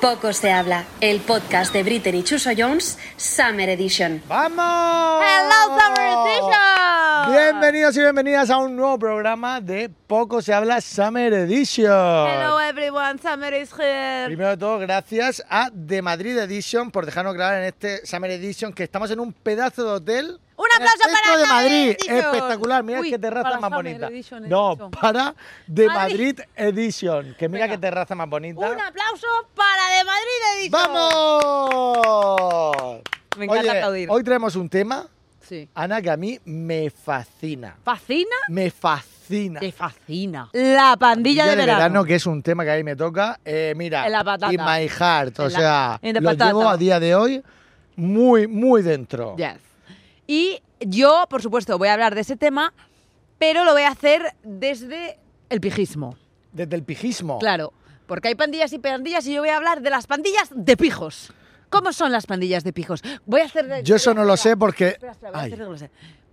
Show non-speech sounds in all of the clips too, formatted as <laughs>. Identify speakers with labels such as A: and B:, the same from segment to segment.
A: Poco se habla, el podcast de Britney y Chuso Jones, Summer Edition.
B: ¡Vamos!
C: Hello, Summer Edition.
B: Bienvenidos y bienvenidas a un nuevo programa de Poco se habla Summer Edition.
C: Hello everyone, Summer is here.
B: Primero de todo, gracias a The Madrid Edition por dejarnos grabar en este Summer Edition que estamos en un pedazo de hotel.
C: Un
B: en el
C: aplauso
B: centro
C: para
B: de
C: Summer
B: Madrid.
C: Edition.
B: Espectacular, mira
D: Uy,
B: qué terraza
D: para
B: más
D: Summer
B: bonita.
D: Edition, he
B: no,
D: dicho.
B: para The
C: Madrid.
B: Madrid Edition, que mira
D: Venga.
B: qué terraza más bonita.
C: Un aplauso para de Madrid Edition.
B: ¡Vamos!
D: Me encanta
B: Oye,
D: aplaudir.
B: Hoy traemos un tema,
D: Sí.
B: Ana, que a mí me fascina.
D: ¿Fascina?
B: Me fascina.
D: Te fascina. La pandilla
B: Día
D: de, verano.
B: que es un tema que ahí me toca. Eh, mira,
D: En la patata.
B: In My Heart, o
D: En la-
B: sea,
D: en la
B: lo
D: patata.
B: llevo a día de hoy muy, muy dentro.
D: Yes. Y yo, por supuesto, voy a hablar de ese tema, pero lo voy a hacer desde el pijismo.
B: Desde el pijismo.
D: Claro, porque hay pandillas y pandillas y yo voy a hablar de las pandillas de pijos. ¿Cómo son las pandillas de pijos? Voy a hacer... de-
B: Yo eso no lo sé porque...
D: Espera, espera, voy a
B: Ay,
D: hacer de glosé.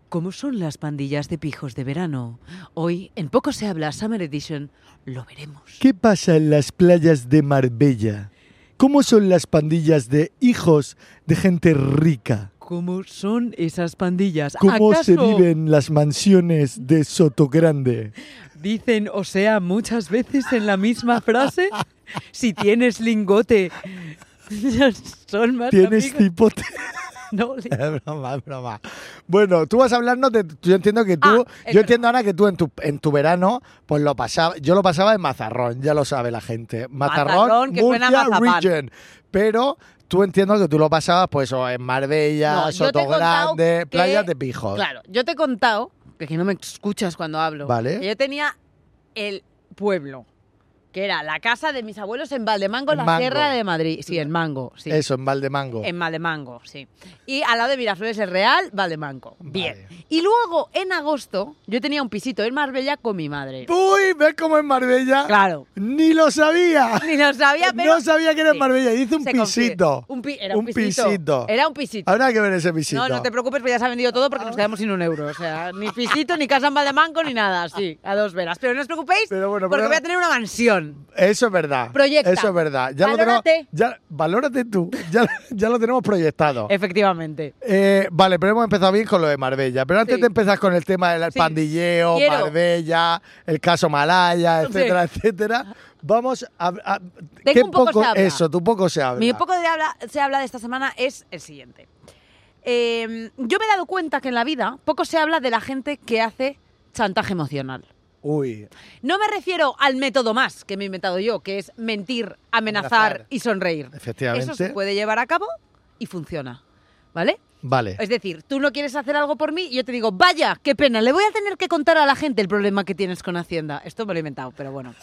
D: ¿Cómo son las pandillas de pijos de verano? Hoy, en poco se habla Summer Edition, lo veremos.
B: ¿Qué pasa en las playas de Marbella? ¿Cómo son las pandillas de hijos de gente rica?
D: ¿Cómo son esas pandillas?
B: ¿Cómo se
D: ¿Acaso
B: viven las mansiones de Sotogrande?
D: Dicen, o sea, muchas veces en la misma frase, si tienes lingote, <laughs> ya son más
B: ¿Tienes
D: amigos.
B: cipote?
D: No, li-
B: <laughs> Es broma, es broma. Bueno, tú vas a hablarnos de. Yo entiendo que tú.
D: Ah,
B: yo
D: es verdad.
B: entiendo, Ana, que tú en tu, en tu verano, pues lo pasaba. Yo lo pasaba en Mazarrón, ya lo sabe la gente. Mazarrón,
D: Mazarrón, que suena a
B: Murcia
D: mazapán.
B: Region. Pero tú entiendo que tú lo pasabas, pues, o en Marbella,
D: No, yo te he contado
B: Sotogrande,
D: que-
B: playas de pijos.
D: claro, yo te he contado, que aquí no me escuchas cuando hablo,
B: Vale.
D: que yo tenía el pueblo, que era la casa de mis abuelos en Valdemango,
B: En
D: la
B: Mango.
D: Sierra de Madrid. Sí, en Mango, sí. Em,
B: Eso, en Valdemango.
D: En Valdemango, sí. Y al lado de Miraflores el Real, Valdemango. Bien.
B: Vale.
D: Y luego, en agosto, yo tenía un pisito en Marbella con mi madre.
B: Uy, ¿ves cómo en Marbella?
D: Claro. <laughs>
B: Ni lo sabía.
D: Ni lo sabía, pero...
B: no sabía que era en
D: Sí.
B: Marbella. Dice un
D: Se confía.
B: pisito.
D: Un, pi- era
B: Un
D: un pisito.
B: pisito.
D: Era un pisito.
B: Habrá que ver ese pisito.
D: No, no te preocupes, porque ya se ha vendido todo porque nos quedamos sin un euro. O sea, ni pisito, ni casa en Valdemanco, ni nada. Sí, a dos veras. Pero no os preocupéis,
B: Pero bueno,
D: porque
B: pero-
D: voy a tener una mansión.
B: Eso es verdad.
D: Proyecta.
B: Eso es verdad. Ya Lo
D: Valórate.
B: tenemos, ya, valórate tú. Ya, ya lo tenemos proyectado.
D: Efectivamente.
B: Eh, vale, pero hemos empezado bien con lo de Marbella. Pero antes
D: Sí.
B: de empezar con el tema del
D: Sí.
B: pandilleo,
D: Quiero.
B: Marbella, el caso Malaya,
D: Sí.
B: etcétera, etcétera, vamos a. a- ¿qué
D: un poco se habla.
B: Eso, tu poco se habla.
D: Mi poco de habla, se habla de esta semana es el siguiente. Eh, yo me he dado cuenta que en la vida poco se habla de la gente que hace chantaje emocional.
B: Uy,
D: No me refiero al método más que me he inventado yo, que es mentir, amenazar,
B: Amenazar.
D: y sonreír.
B: efectivamente.
D: Eso se puede llevar a cabo y funciona. ¿Vale?
B: Vale.
D: Es decir, tú no quieres hacer algo por mí y yo te digo, vaya, qué pena, le voy a tener que contar a la gente el problema que tienes con Hacienda. Esto me lo he inventado, pero
B: <laughs>
D: bueno.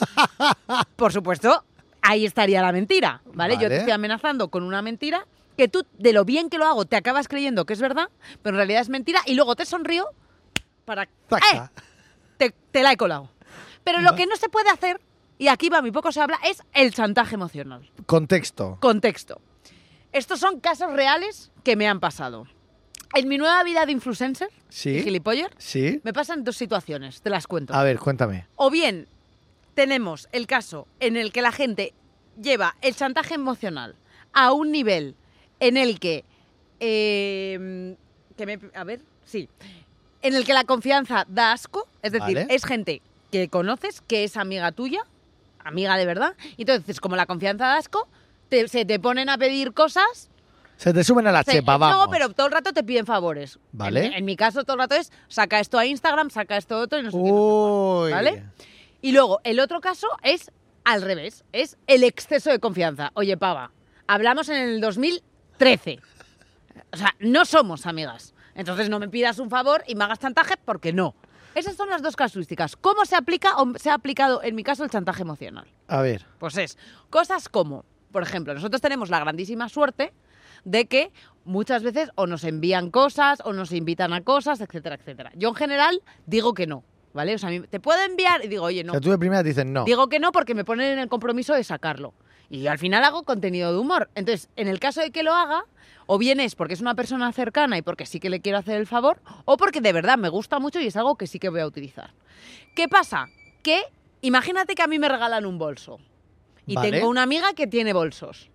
D: por supuesto, ahí estaría la mentira, ¿vale? Yo
B: Vale.
D: te estoy amenazando con una mentira que tú, de lo bien que lo hago, te acabas creyendo que es verdad, pero en realidad es mentira y luego te sonrío para...
B: Taca.
D: ¡Eh! Te, te la he colado. Pero lo que no se puede hacer, y aquí va mi poco se habla, es el chantaje emocional.
B: Contexto.
D: Contexto. Estos son casos reales que me han pasado. En mi nueva vida de influencer
B: Sí.
D: y gilipoller,
B: Sí.
D: me pasan dos situaciones, te las cuento.
B: A ver, cuéntame.
D: O bien tenemos el caso en el que la gente lleva el chantaje emocional a un nivel en el que... eh, que me- a ver, sí. En el que la confianza da asco, es decir,
B: Vale.
D: es gente que conoces, que es amiga tuya, amiga de verdad, y entonces como la confianza da asco, te- se te ponen a pedir cosas
B: Se te suben a la
D: Sí,
B: chepa,
D: no,
B: Ah, vamos.
D: pero todo el rato te piden favores.
B: Vale.
D: En, en mi caso, todo el rato es saca esto a Instagram, saca esto a otro y no sé qué, no sé
B: Uy.
D: ¿vale? cuál. Y luego, el otro caso es al revés, es el exceso de confianza. Oye, pava, hablamos en el 2013. O sea, no somos amigas. Entonces no me pidas un favor y me hagas chantaje porque no. Esas son las dos casuísticas. ¿Cómo se aplica o se ha aplicado en mi caso el chantaje emocional?
B: A ver.
D: Pues es cosas como, por ejemplo, nosotros tenemos la grandísima suerte de que muchas veces o nos envían cosas o nos invitan a cosas, etcétera, etcétera. Yo en general digo que no, ¿vale? O sea, a mí te puedo enviar y digo, oye, no.
B: O sea, tú de primera dices no.
D: Digo que no porque me ponen en el compromiso de sacarlo. Y yo al final hago contenido de humor. Entonces, en el caso de que lo haga, o bien es porque es una persona cercana y porque sí que le quiero hacer el favor, o porque de verdad me gusta mucho y es algo que sí que voy a utilizar. ¿Qué pasa? Que imagínate que a mí me regalan un bolso. Y
B: Vale.
D: tengo una amiga que tiene bolsos.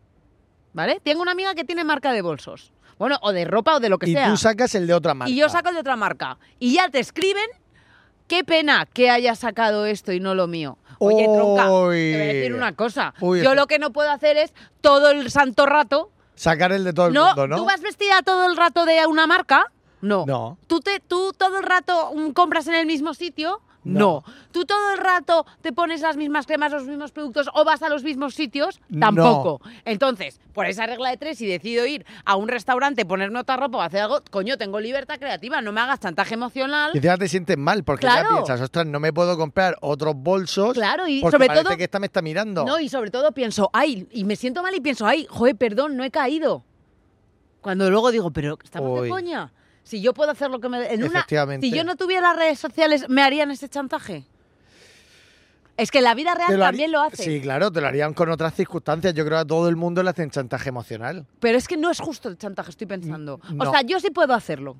D: ¿Vale? Tengo una amiga que tiene marca de bolsos. Bueno, o de ropa o de lo que
B: y
D: sea.
B: tú sacas el de otra marca.
D: Y yo saco el de otra marca. Y ya te escriben. Qué pena que hayas sacado esto y no lo mío. Oye, tronca, te voy a decir
B: Uy.
D: una cosa.
B: Uy,
D: yo
B: eso-
D: lo que no puedo hacer es todo el santo rato.
B: Sacar el de todo el
D: no,
B: mundo, ¿no?
D: tú vas vestida todo el rato de una marca. No.
B: No.
D: Tú, te, tú todo el rato mm, compras en el mismo sitio.
B: No.
D: No. Tú todo el rato te pones las mismas cremas, los mismos productos o vas a los mismos sitios.
B: No.
D: Tampoco. Entonces, por esa regla de tres, si decido ir a un restaurante, ponerme otra ropa o hacer algo, coño, tengo libertad creativa, no me hagas chantaje emocional.
B: Y encima te sientes mal porque ya
D: Claro.
B: piensas, ostras, no me puedo comprar otros bolsos.
D: Claro, y
B: porque
D: sobre
B: parece
D: todo-
B: que esta me está mirando.
D: No, y sobre todo pienso, ay, y me siento mal y pienso, ay, joder, perdón, no he caído. Cuando luego digo, pero estamos
B: Uy.
D: de coña. Si yo puedo hacer lo que me. En una,
B: Efectivamente.
D: si yo no tuviera las redes sociales, ¿me harían ese chantaje? Es que en la vida real
B: Te lo haría-
D: también lo hace.
B: Sí, claro, te lo harían con otras circunstancias. Yo creo que a todo el mundo le hacen chantaje emocional.
D: Pero es que no es justo el chantaje, estoy pensando.
B: Mm, no.
D: O sea, yo sí puedo hacerlo.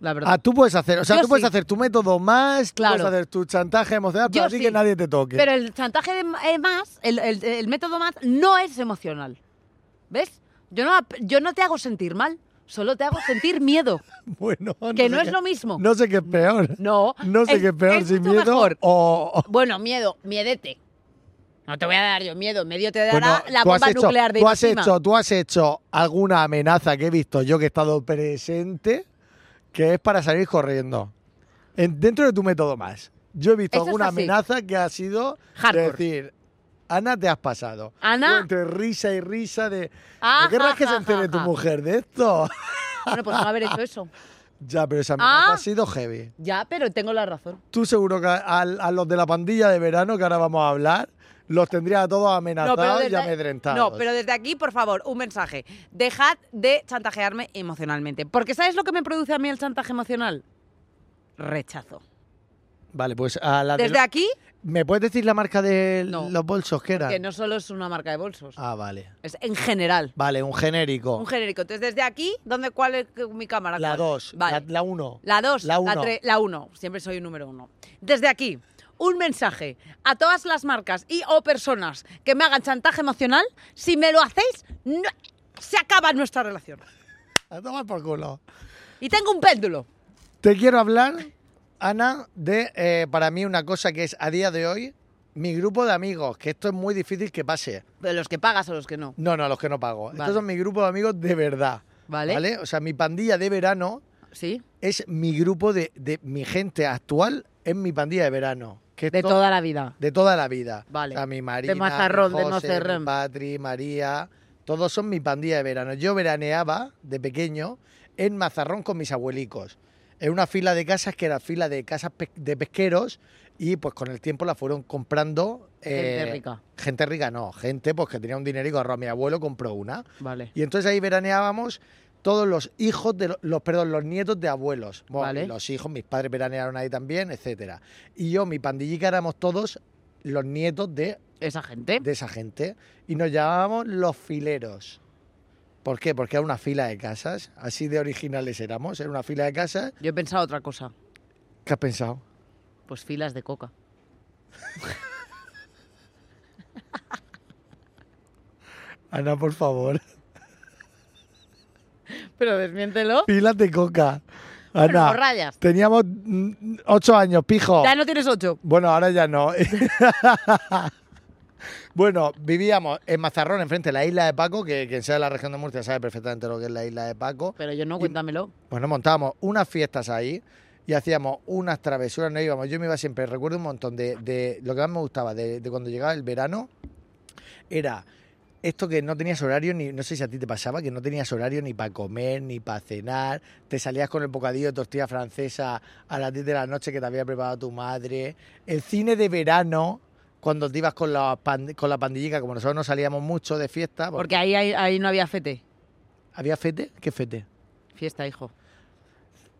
D: La verdad.
B: Ah, tú puedes hacer, o sea,
D: Yo
B: tú puedes
D: sí.
B: hacer tu método más, tú
D: Claro.
B: puedes hacer tu chantaje emocional, pero
D: Yo
B: así
D: sí.
B: que nadie te toque.
D: Pero el chantaje de ma- eh, más, el, el- el método más, no es emocional. ¿Ves? Yo no, ap- yo no te hago sentir mal, solo te hago sentir
B: <laughs>
D: miedo.
B: <laughs> bueno,
D: que
B: sé
D: no es
B: qué-
D: lo mismo.
B: No sé qué es peor.
D: No,
B: No sé
D: es-
B: qué es peor,
D: es
B: sin
D: mucho
B: miedo
D: mejor.
B: o. o-
D: Bueno, miedo, miedete. No te voy a dar yo miedo, medio te dará
B: Bueno,
D: la
B: tú has
D: bomba
B: hecho-
D: nuclear de
B: tú has
D: Hiroshima.
B: hecho, tú has hecho alguna amenaza que he visto yo que he estado presente, que es para salir corriendo. En- dentro de tu método más. Yo he visto
D: Eso es
B: alguna
D: así.
B: amenaza que ha sido
D: Hardcore. Ah.
B: de decir, Ana, te has pasado.
D: Ana.
B: Tú Entre risa y risa de.
D: Ah,
B: ¿No querrás
D: ja,
B: que se
D: ja,
B: entere
D: ja,
B: tu
D: ja.
B: mujer de esto? <laughs>
D: Bueno, pues no haber hecho eso.
B: ya, pero esa amenaza
D: Ah.
B: ha sido heavy.
D: Ya, pero tengo la razón.
B: Tú seguro que al- a, los de la pandilla de verano, que ahora vamos a hablar, los tendrías a todos amenazados y amedrentados.
D: no, pero desde aquí, por favor, un mensaje. Dejad de chantajearme emocionalmente. Porque ¿sabes lo que me produce a mí el chantaje emocional? Rechazo.
B: Vale, pues a la de-
D: Desde aquí,
B: ¿Me puedes decir la marca de
D: No.
B: los bolsos que eran?
D: que no solo es una marca de bolsos,
B: Ah, vale.
D: es en general,
B: Vale, un genérico.
D: un genérico. Entonces, desde aquí, ¿dónde cuál es mi cámara?
B: la
D: ¿Cuál?
B: 2,
D: Vale.
B: la 1.
D: La 2,
B: La
D: la
B: uno.
D: 3, la 1. Siempre soy un número 1. Desde aquí, un mensaje a todas las marcas y o personas que me hagan chantaje emocional. Si me lo hacéis, no- se acaba nuestra relación.
B: A tomar por culo.
D: Y tengo un péndulo.
B: Te quiero hablar, Ana, de eh, para mí una cosa que es a día de hoy mi grupo de amigos, que esto es muy difícil que pase.
D: De los que pagas o los que no.
B: No, no, los que no pago.
D: Vale.
B: Estos son mi grupo de amigos de verdad.
D: Vale.
B: ¿Vale? O sea, mi pandilla de verano
D: ¿Sí?
B: es mi grupo de, de mi gente actual, es mi pandilla de verano. Que
D: De
B: esto-
D: toda la vida.
B: De toda la vida.
D: Vale.
B: O sea, mi
D: De
B: Marina,
D: Mazarrón,
B: mi
D: de
B: José,
D: Mazarrón.
B: mi Patri, María, todos son mi pandilla de verano. Yo veraneaba de pequeño en Mazarrón con mis abuelicos. En una fila de casas que era fila de casas pe- de pesqueros y pues con el tiempo la fueron comprando. eh,
D: Gente rica.
B: Gente rica no, gente pues que tenía un dinerico ahorrado. Mi abuelo compró una.
D: Vale.
B: Y entonces ahí veraneábamos todos los hijos de lo- los, perdón, los nietos de abuelos. Bueno,
D: Vale.
B: y Los hijos, mis padres veranearon ahí también, etcétera. Y yo, mi pandillica, éramos todos los nietos de,
D: Esa gente.
B: de esa gente. Y nos llamábamos los fileros. ¿Por qué? Porque era una fila de casas. Así de originales éramos. Era una fila de casas.
D: Yo he pensado otra cosa.
B: ¿Qué has pensado?
D: Pues filas de coca.
B: Ana, por favor. <laughs>
D: Pero desmiéntelo.
B: Filas de coca.
D: Bueno,
B: Ana.
D: rayas.
B: Teníamos mm, ocho años, pijo.
D: Ya no tienes ocho.
B: Bueno, ahora ya no. <laughs> bueno, vivíamos en Mazarrón, enfrente de la isla de Paco, que quien sea de la región de Murcia sabe perfectamente lo que es la isla de Paco.
D: Pero yo no, cuéntamelo.
B: Bueno, montábamos unas fiestas ahí y hacíamos unas travesuras, no íbamos. Yo me iba siempre, recuerdo un montón de, de- lo que más me gustaba de, de cuando llegaba el verano, era esto que no tenías horario, ni no sé si a ti te pasaba, que no tenías horario ni para comer, ni para cenar, te salías con el bocadillo de tortilla francesa a las 10 de la noche que te había preparado tu madre, el cine de verano. Cuando te ibas con la, pand- con la pandillica, como nosotros no salíamos mucho de fiesta, porque
D: Porque ahí, ahí, ahí no había fete.
B: había fete, ¿qué fete?
D: Fiesta, hijo.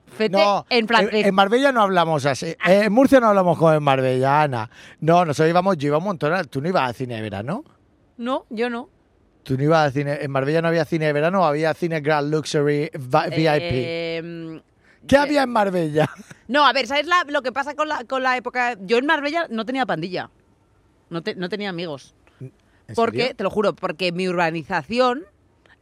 D: Fete
B: No,
D: Este, en Ah. francés.
B: En Marbella no hablamos así. Eh, En Murcia no hablamos como en Marbella, Ana. No, nosotros íbamos, yo iba un montón. al- Tú no ibas al cine de verano.
D: No, yo no.
B: Tú no ibas al cine. En Marbella no había cine de verano, había cine Grand Luxury vi- VIP.
D: Eh, mm,
B: ¿Qué
D: eh,
B: había en Marbella?
D: No, a ver, ¿sabes la- lo que pasa con la, con la época? Yo en Marbella no tenía pandilla. No, te- no tenía amigos.
B: ¿En
D: Porque,
B: serio?
D: te lo juro, porque mi urbanización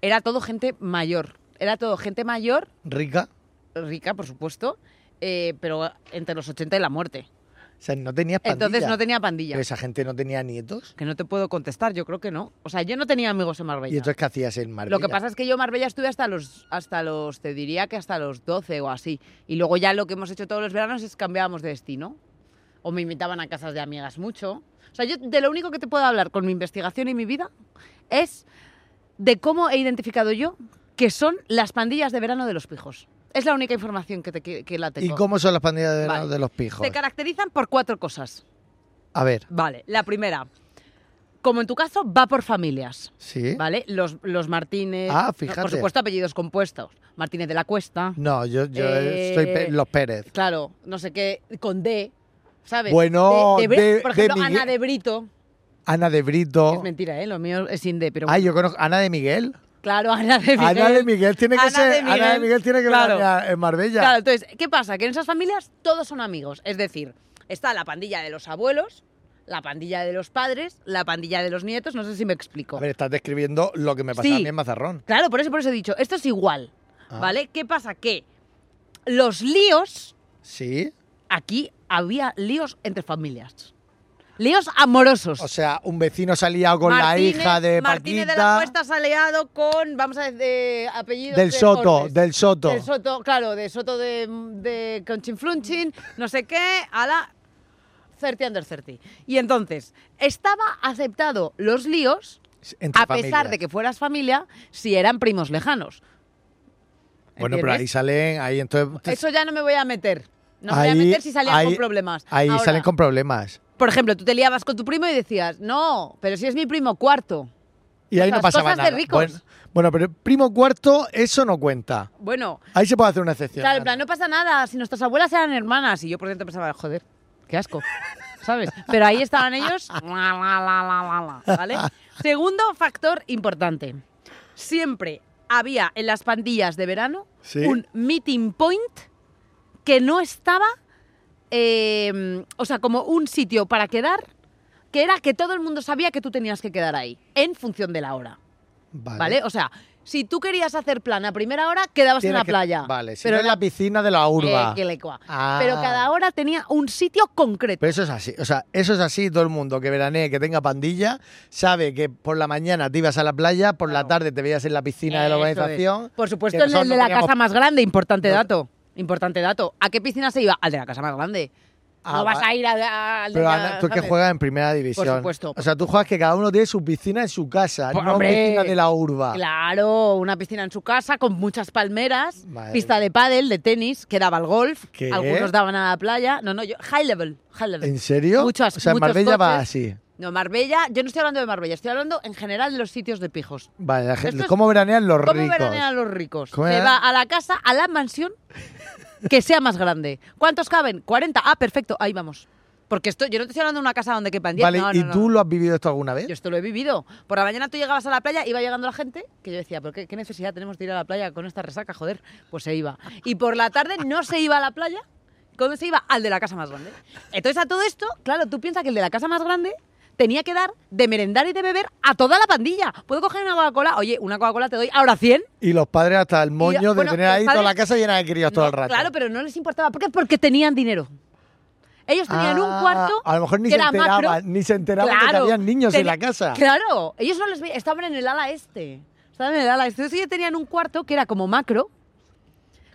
D: era todo gente mayor. Era todo gente mayor,
B: Rica.
D: rica, por supuesto, eh, pero entre los 80 y la muerte.
B: O sea, no tenías pandilla. Pues
D: Entonces no tenía pandilla.
B: Pero esa gente no tenía nietos.
D: Que no te puedo contestar, yo creo que no. O sea, yo no tenía amigos en Marbella.
B: ¿Y entonces qué hacías en Marbella?
D: Lo que pasa es que yo en Marbella estuve hasta los, hasta los, te diría que hasta los 12 o así. Y luego ya lo que hemos hecho todos los veranos es cambiábamos de destino. O me invitaban a casas de amigas mucho. O sea, yo de lo único que te puedo hablar con mi investigación y mi vida es de cómo he identificado yo que son las pandillas de verano de los pijos. Es la única información que, te, que, que la tengo.
B: ¿Y cómo son las pandillas de verano
D: Vale.
B: de los pijos?
D: Se caracterizan por cuatro cosas.
B: A ver,
D: Vale, la primera, como en tu caso, va por familias.
B: ¿sí?
D: ¿Vale? Los, los Martínez.
B: Ah,
D: no,
B: fíjate.
D: Por supuesto, apellidos compuestos. Martínez de la Cuesta.
B: No, yo, yo
D: Eh,
B: soy Pe- los Pérez.
D: Claro, no sé qué, con D, ¿sabes?
B: Bueno,
D: de, de Bre-
B: de-
D: por
B: de
D: ejemplo,
B: Miguel- Oh.
D: Ana de Brito.
B: Ana de Brito.
D: Es mentira, ¿eh? Lo mío es sin D, pero
B: Ah, yo conozco. Ana de Miguel.
D: claro, <laughs> Ana de Miguel.
B: Ana de Miguel tiene que
D: Ana
B: ser.
D: de
B: Ana de
D: Miguel,
B: Miguel tiene que
D: claro.
B: bañar en Marbella.
D: Claro, entonces, ¿qué pasa? Que en esas familias todos son amigos. Es decir, está la pandilla de los abuelos, la pandilla de los padres, la pandilla de los nietos, no sé si me explico.
B: A ver, estás describiendo lo que me pasaba a
D: Sí.
B: mí en Mazarrón.
D: Claro, por eso, por eso he dicho, esto es igual,
B: Ah.
D: ¿vale? ¿Qué pasa? Que los líos
B: Sí.
D: aquí había líos entre familias. Líos amorosos.
B: O sea, un vecino salía con
D: Martínez-
B: la hija de
D: Martínez de
B: Paquita.
D: la Cuesta se ha aliado con, vamos a decir, eh, apellidos
B: del
D: de
B: Soto,
D: Cortes.
B: del Soto.
D: Del Soto, claro, de Soto de, de Conchinflunchin, no sé qué, a la 30 under 30. Y entonces, estaba aceptado los líos,
B: Entre
D: a pesar
B: familias.
D: de que fueras familia, si eran primos lejanos.
B: Bueno, pero
D: ¿Entiendes?
B: ahí salen, ahí entonces.
D: Eso ya no me voy a meter. No me voy a
B: Ahí-
D: meter si salían
B: ahí-
D: con problemas.
B: Ahí
D: Ahora,
B: salen con problemas.
D: Por ejemplo, tú te liabas con tu primo y decías, no, pero si es mi primo cuarto.
B: Y ahí
D: Las
B: no pasaba
D: cosas de
B: nada.
D: ricos.
B: Bueno, bueno, pero primo cuarto, eso no cuenta.
D: Bueno,
B: Ahí se puede hacer una excepción.
D: claro, en
B: Ana.
D: plan, no pasa nada, si nuestras abuelas eran hermanas. Y yo por dentro pensaba, joder, qué asco, ¿sabes? Pero ahí estaban ellos, la, la, la, la, la, la, ¿vale? Segundo factor importante. Siempre había en las pandillas de verano
B: Sí.
D: un meeting point que no estaba, eh, o sea, como un sitio para quedar, que era que todo el mundo sabía que tú tenías que quedar ahí, en función de la hora.
B: Vale.
D: ¿Vale? O sea, si tú querías hacer plan a primera hora, quedabas
B: Tienes
D: en la
B: que-
D: playa.
B: Vale, si
D: pero
B: no en la piscina de la urba.
D: Eh, que le cua.
B: Ah.
D: Pero cada hora tenía un sitio concreto.
B: Pero eso es así, o sea, eso es así, todo el mundo que veranee, que tenga pandilla, sabe que por la mañana te ibas a la playa, por la
D: Claro.
B: tarde te veías en la piscina de la
D: Eso es.
B: organización.
D: Por supuesto,
B: que
D: en el
B: nosotros
D: de
B: no
D: la
B: teníamos-
D: casa más grande, importante
B: No-
D: dato. Importante dato. ¿A qué piscina se iba? Al de la casa más grande.
B: Ah,
D: no vas
B: va-
D: a ir a- a- al de
B: Pero
D: la-
B: Ana, tú que
D: ¿sabes?
B: juegas en primera división.
D: supuesto.
B: O sea, tú juegas que cada uno tiene su piscina en su casa,
D: Pues,
B: no
D: hombre,
B: piscina de la urba.
D: Claro, una piscina en su casa con muchas palmeras,
B: Madre
D: pista de pádel, de tenis, que daba al golf,
B: ¿Qué?
D: algunos daban a la playa. No, no, yo high level, high level.
B: ¿En serio?
D: Muchas-
B: o sea, en
D: muchos
B: Marbella va
D: coches.
B: así.
D: No, Marbella, yo no estoy hablando de Marbella, estoy hablando en general de los sitios de pijos.
B: Vale, la gente,
D: Esto es-
B: ¿cómo veranean los
D: ¿Cómo
B: ricos?
D: veranean los ricos?
B: ¿Cómo
D: Se
B: era?
D: va a la casa, a la mansión que sea más grande. ¿Cuántos caben? 40. Ah, perfecto, ahí vamos. Porque esto, yo no te estoy hablando de una casa donde quepan 10.
B: Vale,
D: no, no,
B: ¿y
D: no.
B: tú lo has vivido esto alguna vez?
D: Yo esto lo he vivido. Por la mañana tú llegabas a la playa, iba llegando la gente, que yo decía, ¿pero qué, qué necesidad tenemos de ir a la playa con esta resaca? Joder, pues se iba. Y por la tarde no se iba a la playa, ¿cómo se iba? Al de la casa más grande. Entonces a todo esto, claro, tú piensas que el de la casa más grande tenía que dar de merendar y de beber a toda la pandilla. ¿Puedo coger una Coca-Cola? Oye, una Coca-Cola te doy ahora 100.
B: Y los padres hasta el moño de
D: bueno,
B: tener
D: los
B: ahí toda la
D: padres-
B: casa llena de críos todo
D: No,
B: el rato.
D: Claro, pero no les importaba. ¿Por qué? Porque tenían dinero. Ellos tenían un
B: Ah,
D: cuarto.
B: A lo mejor ni
D: que
B: se
D: era macro.
B: enteraban, ni se enteraban de que
D: Claro,
B: habían niños en
D: teni-
B: la casa.
D: Claro, ellos no les veían, estaban en el ala este. Estaban en el ala este. Entonces ellos tenían un cuarto que era como macro,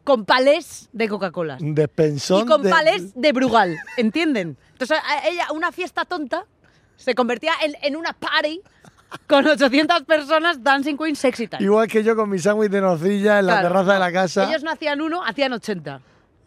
D: con palés de Coca-Cola.
B: Un despensón.
D: Y con
B: de-
D: palés de Brugal, ¿entienden? Entonces a- ella, una fiesta tonta, se convertía en, en una party con 800 personas Dancing Queen Sexy Time.
B: Igual que yo con mi sándwich de nocilla en la
D: Claro.
B: terraza de la casa.
D: Ellos no hacían uno, hacían 80.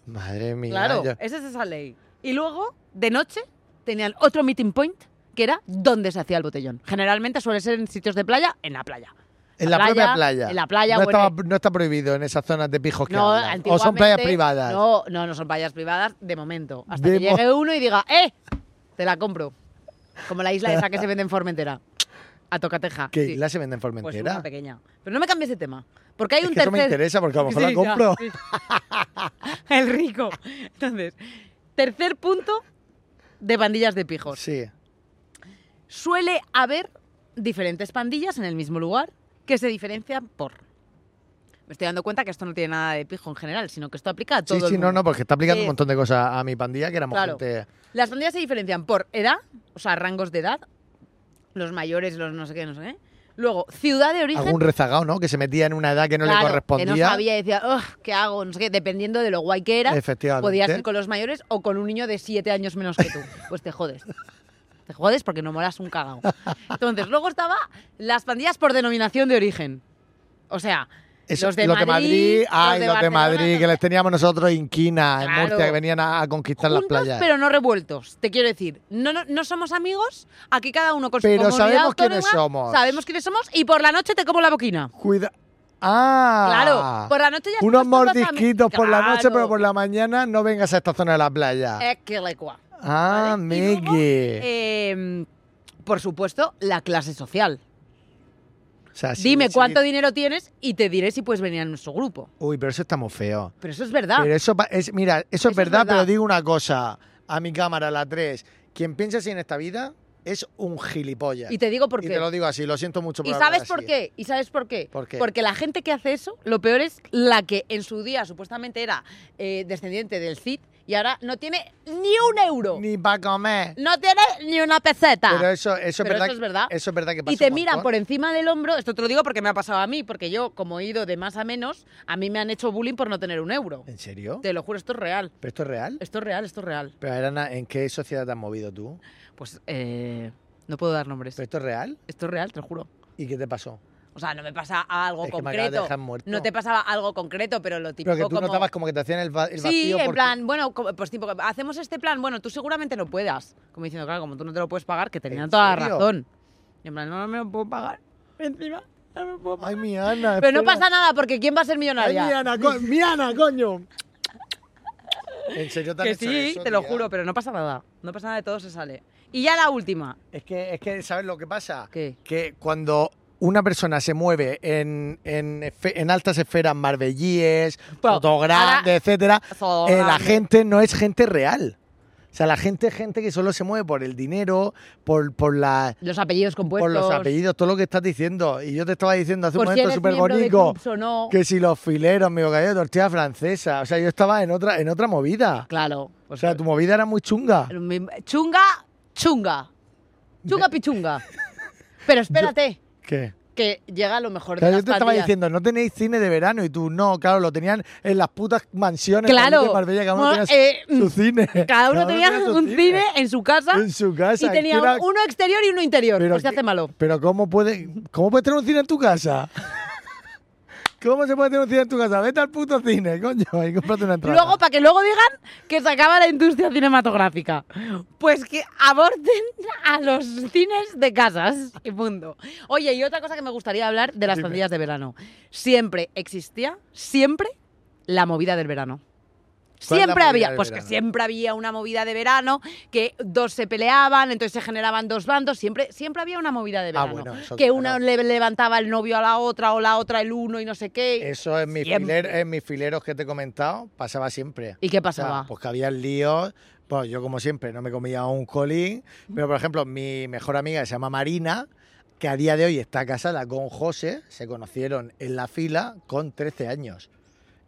B: Madre mía.
D: Claro,
B: yo-
D: esa es esa ley. Y luego, de noche, tenían otro meeting point que era donde se hacía el botellón. Generalmente suele ser en sitios de playa, en la playa.
B: En la propia playa.
D: En la playa.
B: No,
D: o en
B: estaba-
D: el-
B: no está prohibido en esas zonas de pijos que
D: No,
B: hablan. O son playas
D: antiguamente,
B: privadas.
D: No, no, no son playas privadas de momento. Hasta
B: De
D: que
B: mo-
D: llegue uno y diga, ¡eh! Te la compro. Como la isla esa que se vende en Formentera. A Tocateja.
B: <laughs> Que
D: sí.
B: la se vende en
D: Pues
B: Formentera.
D: una pequeña. Pero no me cambies de tema. Porque hay
B: Es
D: un
B: que eso me
D: tercer-
B: interesa, porque a lo mejor la
D: ya,
B: compro.
D: sí. <laughs> El rico. Entonces, tercer punto de pandillas de pijos.
B: sí.
D: Suele haber diferentes pandillas en el mismo lugar que se diferencian por. Me estoy dando cuenta que esto no tiene nada de pijo en general, sino que esto aplica a todo.
B: Sí,
D: el
B: sí, no,
D: mundo.
B: no, porque está aplicando
D: Sí.
B: un montón de cosas a mi pandilla que éramos
D: Claro.
B: gente.
D: Las pandillas se diferencian por edad, o sea, rangos de edad, los mayores, los no sé qué, no sé qué. Luego, ciudad de origen.
B: Algún rezagado, ¿no? Que se metía en una edad que no
D: Claro,
B: le correspondía.
D: Que no sabía y decía, "Ugh, ¿qué hago? No sé qué, dependiendo de lo guay que era.
B: Efectivamente.
D: Podías ir con los mayores o con un niño de siete años
B: <laughs>
D: menos que tú. Pues te jodes. Te jodes porque no molas un cagao. Entonces, luego estaba las pandillas por denominación de origen. O sea,
B: Eso,
D: los de
B: lo
D: Madrid,
B: que Madrid, ay,
D: los de,
B: los de
D: Barcelona,
B: Madrid, que les teníamos nosotros inquina en
D: Claro.
B: Murcia, que venían a, a conquistar
D: juntos,
B: las playas.
D: pero no revueltos. Te quiero decir, no, no, no somos amigos, aquí cada uno con su
B: Pero
D: comunidad
B: sabemos quiénes
D: autónoma,
B: somos.
D: Sabemos quiénes somos y por la noche te como la boquina.
B: Cuida. Ah,
D: Claro, por la noche ya
B: Unos
D: estás con los ami-
B: mordisquitos por la noche,
D: Claro.
B: pero por la mañana no vengas a esta zona de la playa.
D: Es que le cua.
B: ah,
D: ¿vale? Y luego,
B: Miki.
D: eh, por supuesto, la clase social.
B: O sea, sí,
D: Dime
B: sí.
D: cuánto dinero tienes y te diré si puedes venir a nuestro grupo.
B: Uy, pero eso está muy feo.
D: Pero eso es verdad.
B: Pero eso pa- es, mira, eso,
D: Ah. Eso es
B: es verdad,
D: verdad.
B: pero digo una cosa a mi cámara, la 3. Quien piensa así en esta vida es un gilipollas.
D: y te digo por
B: Y
D: qué.
B: lo digo así, lo siento mucho por
D: ¿Y
B: hablar
D: sabes por
B: así. ¿eh?
D: qué? ¿Y sabes por qué?
B: ¿Por qué?
D: Porque la gente que hace eso, lo peor es la que en su día supuestamente era eh, descendiente del CID y ahora no tiene ni un euro.
B: Ni para comer.
D: No tiene ni una peseta.
B: Pero eso, eso,
D: Pero
B: es, verdad,
D: eso es verdad.
B: Eso es verdad que pasa
D: Y te
B: un
D: miran
B: montón.
D: por encima del hombro, esto te lo digo porque me ha pasado a mí, porque yo, como he ido de más a menos, a mí me han hecho bullying por no tener un euro.
B: ¿En serio?
D: Te lo juro, esto es real.
B: ¿Pero esto es real?
D: Esto es real, esto es real.
B: Pero Arana, ¿en qué sociedad te has movido tú?
D: Pues eh, no puedo dar nombres.
B: ¿Pero esto es real?
D: Esto es real, te lo juro.
B: ¿Y qué te pasó?
D: O sea, no me pasa algo
B: Es que me acabas de
D: concreto.
B: dejar muerto.
D: no te pasaba algo concreto, pero lo típico
B: Pero que tú
D: como...
B: notabas como que te hacían el, va- el
D: sí,
B: vacío
D: en
B: porque-
D: plan, bueno, como- pues tipo, hacemos este plan, bueno, tú seguramente no puedas. Como diciendo, claro, como tú no te lo puedes pagar, que tenían
B: ¿En
D: toda la
B: serio?
D: razón. Y en plan, no, no me lo puedo pagar. Encima, no me puedo pagar.
B: Ay, mi Ana.
D: Pero no
B: espera.
D: pasa nada, porque ¿quién va a ser
B: Ay,
D: millonaria?
B: mi Ana, co- mi Ana, coño. ¿En serio te han
D: que
B: hecho
D: sí,
B: eso,
D: te lo
B: tía?
D: juro, pero no pasa nada. No pasa nada, de todo se sale. Y ya la última.
B: Es que, es que, ¿sabes lo que pasa?
D: ¿Qué?
B: Que cuando una persona se mueve en, en, esfe- en altas esferas marbellíes,
D: Bueno,
B: fotogrande,
D: ahora-
B: etcétera,
D: Eso,
B: eh, la
D: grande.
B: gente no es gente real. O sea, la gente es gente que solo se mueve por el dinero, por, por, la,
D: Los apellidos compuestos.
B: por los apellidos, todo lo que estás diciendo. Y yo te estaba diciendo hace
D: por
B: un
D: si
B: momento
D: eres
B: súper
D: miembro de
B: bonito
D: clubs o no.
B: que si los fileros, mi bocadillo de tortilla francesa. O sea, yo estaba en otra, en otra movida.
D: Claro.
B: O sea, tu movida era muy chunga.
D: Chunga, chunga. Chunga pichunga. Pero espérate,
B: ¿Qué?
D: que llega lo mejor
B: O
D: de
B: sea, yo
D: las
B: te estaba
D: pandillas.
B: diciendo, no tenéis cine de verano y tú no, claro, lo tenían en las putas mansiones
D: Claro.
B: de Marbella, cada uno
D: Bueno,
B: tenía
D: eh,
B: su, su cine.
D: <laughs> Cada uno tenía
B: su
D: un cine en su casa
B: en su casa.
D: y tenía
B: que era-
D: uno exterior y uno interior.
B: Pero
D: pues se
B: qué-
D: hace malo.
B: Pero ¿cómo puede, cómo puedes tener un cine en tu casa? <laughs> ¿Cómo se puede tener un cine en tu casa? Vete al puto cine, coño, y cómprate una entrada.
D: Luego, para que luego digan que se acaba la industria cinematográfica. Pues que aborten a los cines de casas y punto. Oye, y otra cosa que me gustaría hablar de las
B: Dime.
D: pandillas de verano. Siempre existía, siempre, la movida del verano.
B: ¿Cuál es la
D: Siempre
B: movida
D: había,
B: del
D: pues que
B: verano?
D: siempre había una movida de verano, que dos se peleaban, entonces se generaban dos bandos, siempre, siempre había una movida de
B: Ah,
D: verano.
B: bueno, eso
D: que
B: claro.
D: una le levantaba el novio a la otra o la otra el uno y no sé qué.
B: Eso en mis,
D: Siempre.
B: filer- en mis fileros que te he comentado pasaba siempre.
D: ¿Y qué
B: O sea,
D: pasaba?
B: pues que había líos. Bueno, yo como siempre no me comía un colín, pero por ejemplo mi mejor amiga que se llama Marina, que a día de hoy está casada con José, se conocieron en la fila con 13 años.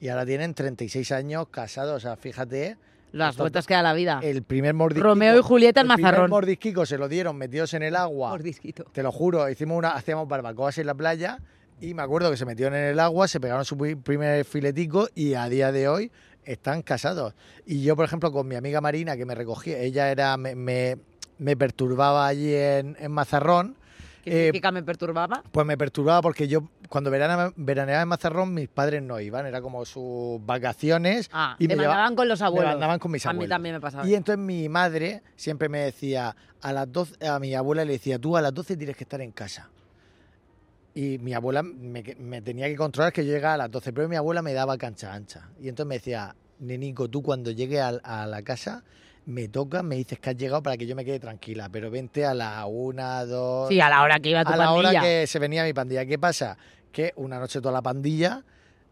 B: Y ahora tienen 36 años casados, o sea, fíjate,
D: Las
B: esto-
D: vueltas que da la vida.
B: el primer mordisquico...
D: Romeo y Julieta en
B: el primer
D: Mazarrón.
B: mordisquico se lo dieron metidos en el agua. Te lo juro, hicimos una, hacíamos barbacoas en la playa y me acuerdo que se metieron en el agua, se pegaron su pri- primer filetico y a día de hoy están casados. Y yo, por ejemplo, con mi amiga Marina, que me recogía, ella era, me, me- me perturbaba allí en, en Mazarrón.
D: ¿Qué
B: eh,
D: significa me perturbaba?
B: pues me perturbaba porque yo, cuando verana- veraneaba en Mazarrón, mis padres no iban, era como sus vacaciones.
D: Ah,
B: y
D: te
B: me lleva-
D: mandaban con los abuelos.
B: me mandaban con mis
D: A mí
B: abuelos.
D: también me pasaba.
B: Y entonces mi madre siempre me decía, a las 12, a mi abuela le decía, tú a las 12 tienes que estar en casa. Y mi abuela me, que- me tenía que controlar que yo llegara a las 12, pero mi abuela me daba cancha ancha. Y entonces me decía, nenico, tú cuando llegues al- a, la casa me tocas, me dices que has llegado para que yo me quede tranquila, pero vente a la 1, 2,
D: Sí, a la hora que iba tu
B: a la hora
D: pandilla.
B: que se venía mi pandilla. ¿Qué pasa? Que una noche toda la pandilla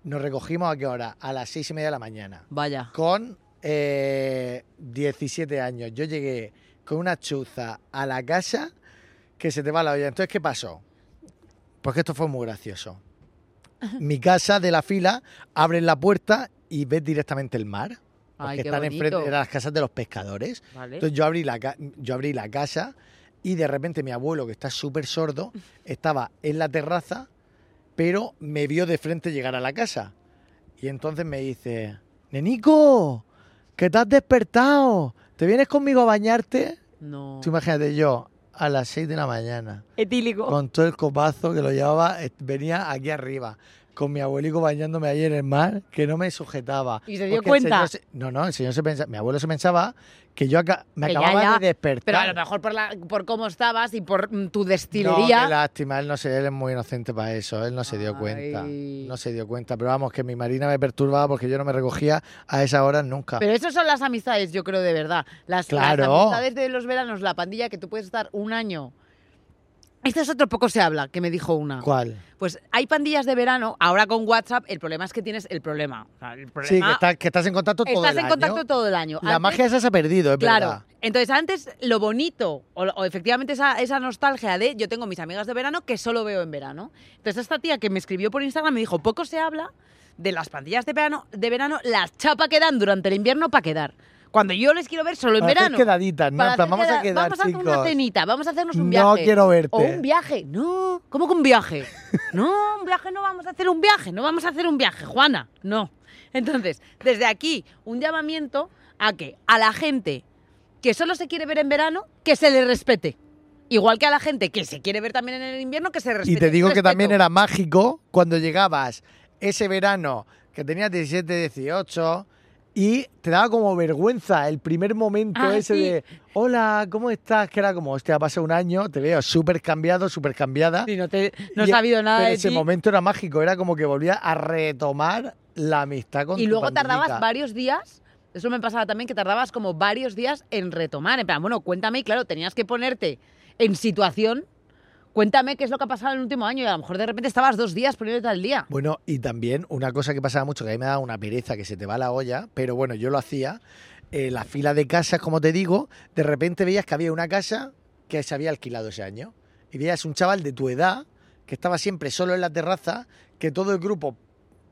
B: nos recogimos a qué hora? A las seis y media de la mañana
D: Vaya.
B: con eh, 17 años. Yo llegué con una chuza a la casa que se te va la olla. Entonces, ¿qué pasó? Pues que esto fue muy
D: <laughs>
B: gracioso. Mi casa de la fila, abres la puerta y ves directamente el mar.
D: Ay,
B: Porque
D: qué
B: están
D: bonito.
B: enfrente de las casas de los pescadores.
D: Vale.
B: Entonces yo abrí la, ca- yo abrí la casa y de repente mi abuelo, que está súper sordo, estaba en la terraza, pero me vio de frente llegar a la casa. Y entonces me dice, Nenico, que te has despertado, ¿te vienes conmigo a bañarte?
D: No.
B: Tú imagínate yo, a las 6 de la mañana,
C: Etílico.
B: con todo el copazo que lo llevaba, eh, venía aquí arriba. Con mi abuelico bañándome ayer en el mar, que no me sujetaba.
D: ¿Y se dio
B: Porque el
D: cuenta?
B: señor se- no, no, el señor se pensaba, mi abuelo se pensaba que yo aca- me
D: Que ya,
B: acababa
D: ya.
B: de despertar.
D: Pero a lo mejor por, la, por cómo estabas y por mm, tu
B: No,
D: destilería.
B: qué lástima, él no sé, él es muy inocente para eso, él no se dio cuenta.
D: Ay.
B: No se dio cuenta, pero vamos, que mi Marina me perturbaba porque yo no me recogía a esa hora nunca.
D: Pero esas son las amistades, yo creo, de verdad. Las, las
B: Claro.
D: amistades de los veranos, la pandilla, que tú puedes estar un año. Esto es otro poco se habla, que me dijo una.
B: ¿Cuál?
D: Pues hay pandillas de verano, ahora con WhatsApp, el problema es que tienes el problema. O sea, el
B: Sí,
D: problema-
B: que, está- que estás en contacto todo
D: Ah. estás
B: el
D: en
B: año.
D: contacto todo el año.
B: La
D: Antes-
B: magia esa se ha perdido, es
D: Claro.
B: verdad.
D: Entonces, antes lo bonito, o, o efectivamente esa, esa nostalgia de yo tengo mis amigas de verano que solo veo en verano. Entonces, esta tía que me escribió por Instagram me dijo: poco se habla de las pandillas de verano, de verano las chapa que dan durante el invierno para quedar. Cuando yo les quiero ver solo en
B: Para hacer
D: verano.
B: quedaditas,
D: Para
B: Nata,
D: hacer
B: vamos a quedar,
D: Vamos a hacer una
B: chicos.
D: cenita, vamos a hacernos
B: No
D: un viaje.
B: quiero verte.
D: O un viaje. No, ¿cómo que
B: <laughs>
D: un viaje? No, un viaje no vamos a hacer un viaje, no vamos a hacer un viaje, Juana, no. Entonces, desde aquí, un llamamiento a que a la gente que solo se quiere ver en verano, que se le respete. Igual que a la gente que se quiere ver también en el invierno, que se respete.
B: Y te digo que
D: Pues Respeto.
B: también era mágico cuando llegabas ese verano que tenías 17, 18 y te daba como vergüenza el primer momento
D: Ah,
B: ese
D: sí.
B: de hola, ¿cómo estás? Que era como, hostia, pasa un año, te veo súper cambiado, súper cambiada.
D: Sí, no, te- no he
B: Y-
D: sabido nada
B: pero
D: de
B: ese
D: ti.
B: momento era mágico, era como que volvías a retomar la amistad con
D: y
B: tu
D: luego tardabas
B: pandillita.
D: varios días. Eso me pasaba también que tardabas como varios días en retomar. En plan, bueno, cuéntame, y claro, tenías que ponerte en situación. Cuéntame qué es lo que ha pasado en el último año. Y a lo mejor de repente estabas dos días poniéndote al día.
B: Bueno, y también una cosa que pasaba mucho, que a mí me daba una pereza, que se te va la olla, pero bueno, yo lo hacía. eh, la fila de casas, como te digo, de repente veías que había una casa que se había alquilado ese año. Y veías un chaval de tu edad, que estaba siempre solo en la terraza, que todo el grupo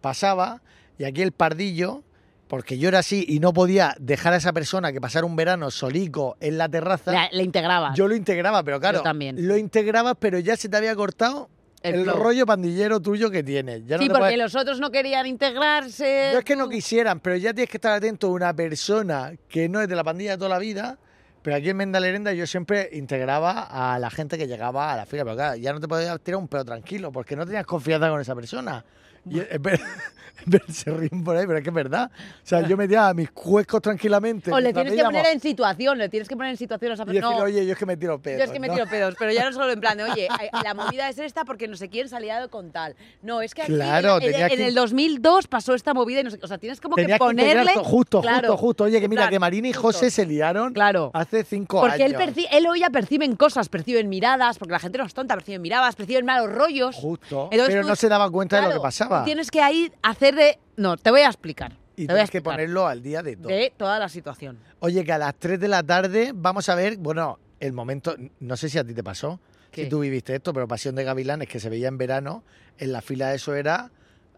B: pasaba, y aquí el pardillo, porque yo era así y no podía dejar a esa persona que pasara un verano solico en la terraza,
D: La, la integrabas.
B: yo lo integraba, pero claro,
D: Yo también.
B: lo integrabas, pero ya se te había cortado el,
D: flow.
B: rollo pandillero tuyo que tienes. Ya no
D: sí,
B: te
D: porque
B: puedes-
D: los otros no querían integrarse.
B: no es que no
D: tú-
B: quisieran, pero ya tienes que estar atento a una persona que no es de la pandilla de toda la vida. Pero aquí en Mendalerenda yo siempre integraba a la gente que llegaba a la fila. Pero claro, ya no te podías tirar un pedo tranquilo porque no tenías confianza con esa persona. Y es ver- <laughs> ver- se ríen por ahí, pero es que es verdad. O sea, yo metía a mis cuescos tranquilamente.
D: O le
B: mientras
D: tienes que
B: veíamos,
D: poner en situación, le tienes que poner en situación a esa
B: Y decir,
D: persona. No,
B: oye, yo es que me tiro pedo.
D: Yo es que me tiro pedos, pero ya no solo en plan de, oye, eh, la movida es esta porque no sé quién se ha liado con tal. No, es que aquí
B: Claro,
D: en, en-
B: tenías
D: en
B: que-
D: el 2002 pasó esta movida y no sé qué. O sea, tienes como que
B: Tenías
D: ponerle...
B: integrar to- justo,
D: Claro,
B: justo, justo. Oye, que
D: en
B: mira,
D: plan,
B: que Marina y
D: justo.
B: José se liaron
D: Claro.
B: hace cinco
D: Porque él,
B: años.
D: perci- él o ella perciben cosas, perciben miradas, porque la gente no es tonta, perciben miradas, perciben malos rollos.
B: Justo.
D: Entonces
B: pero
D: tú-
B: no se daba cuenta de lo
D: claro,
B: que pasaba.
D: tú Tienes que ahí hacer de... No, te voy a explicar.
B: Y
D: te voy a
B: tienes que
D: explicar
B: ponerlo al día de todo.
D: De toda la situación.
B: Oye, que a las 3 de la tarde vamos a ver, bueno, el momento, no sé si a ti te pasó,
D: ¿Qué?
B: si tú viviste esto, pero Pasión de Gavilanes que se veía en verano, en la fila eso era,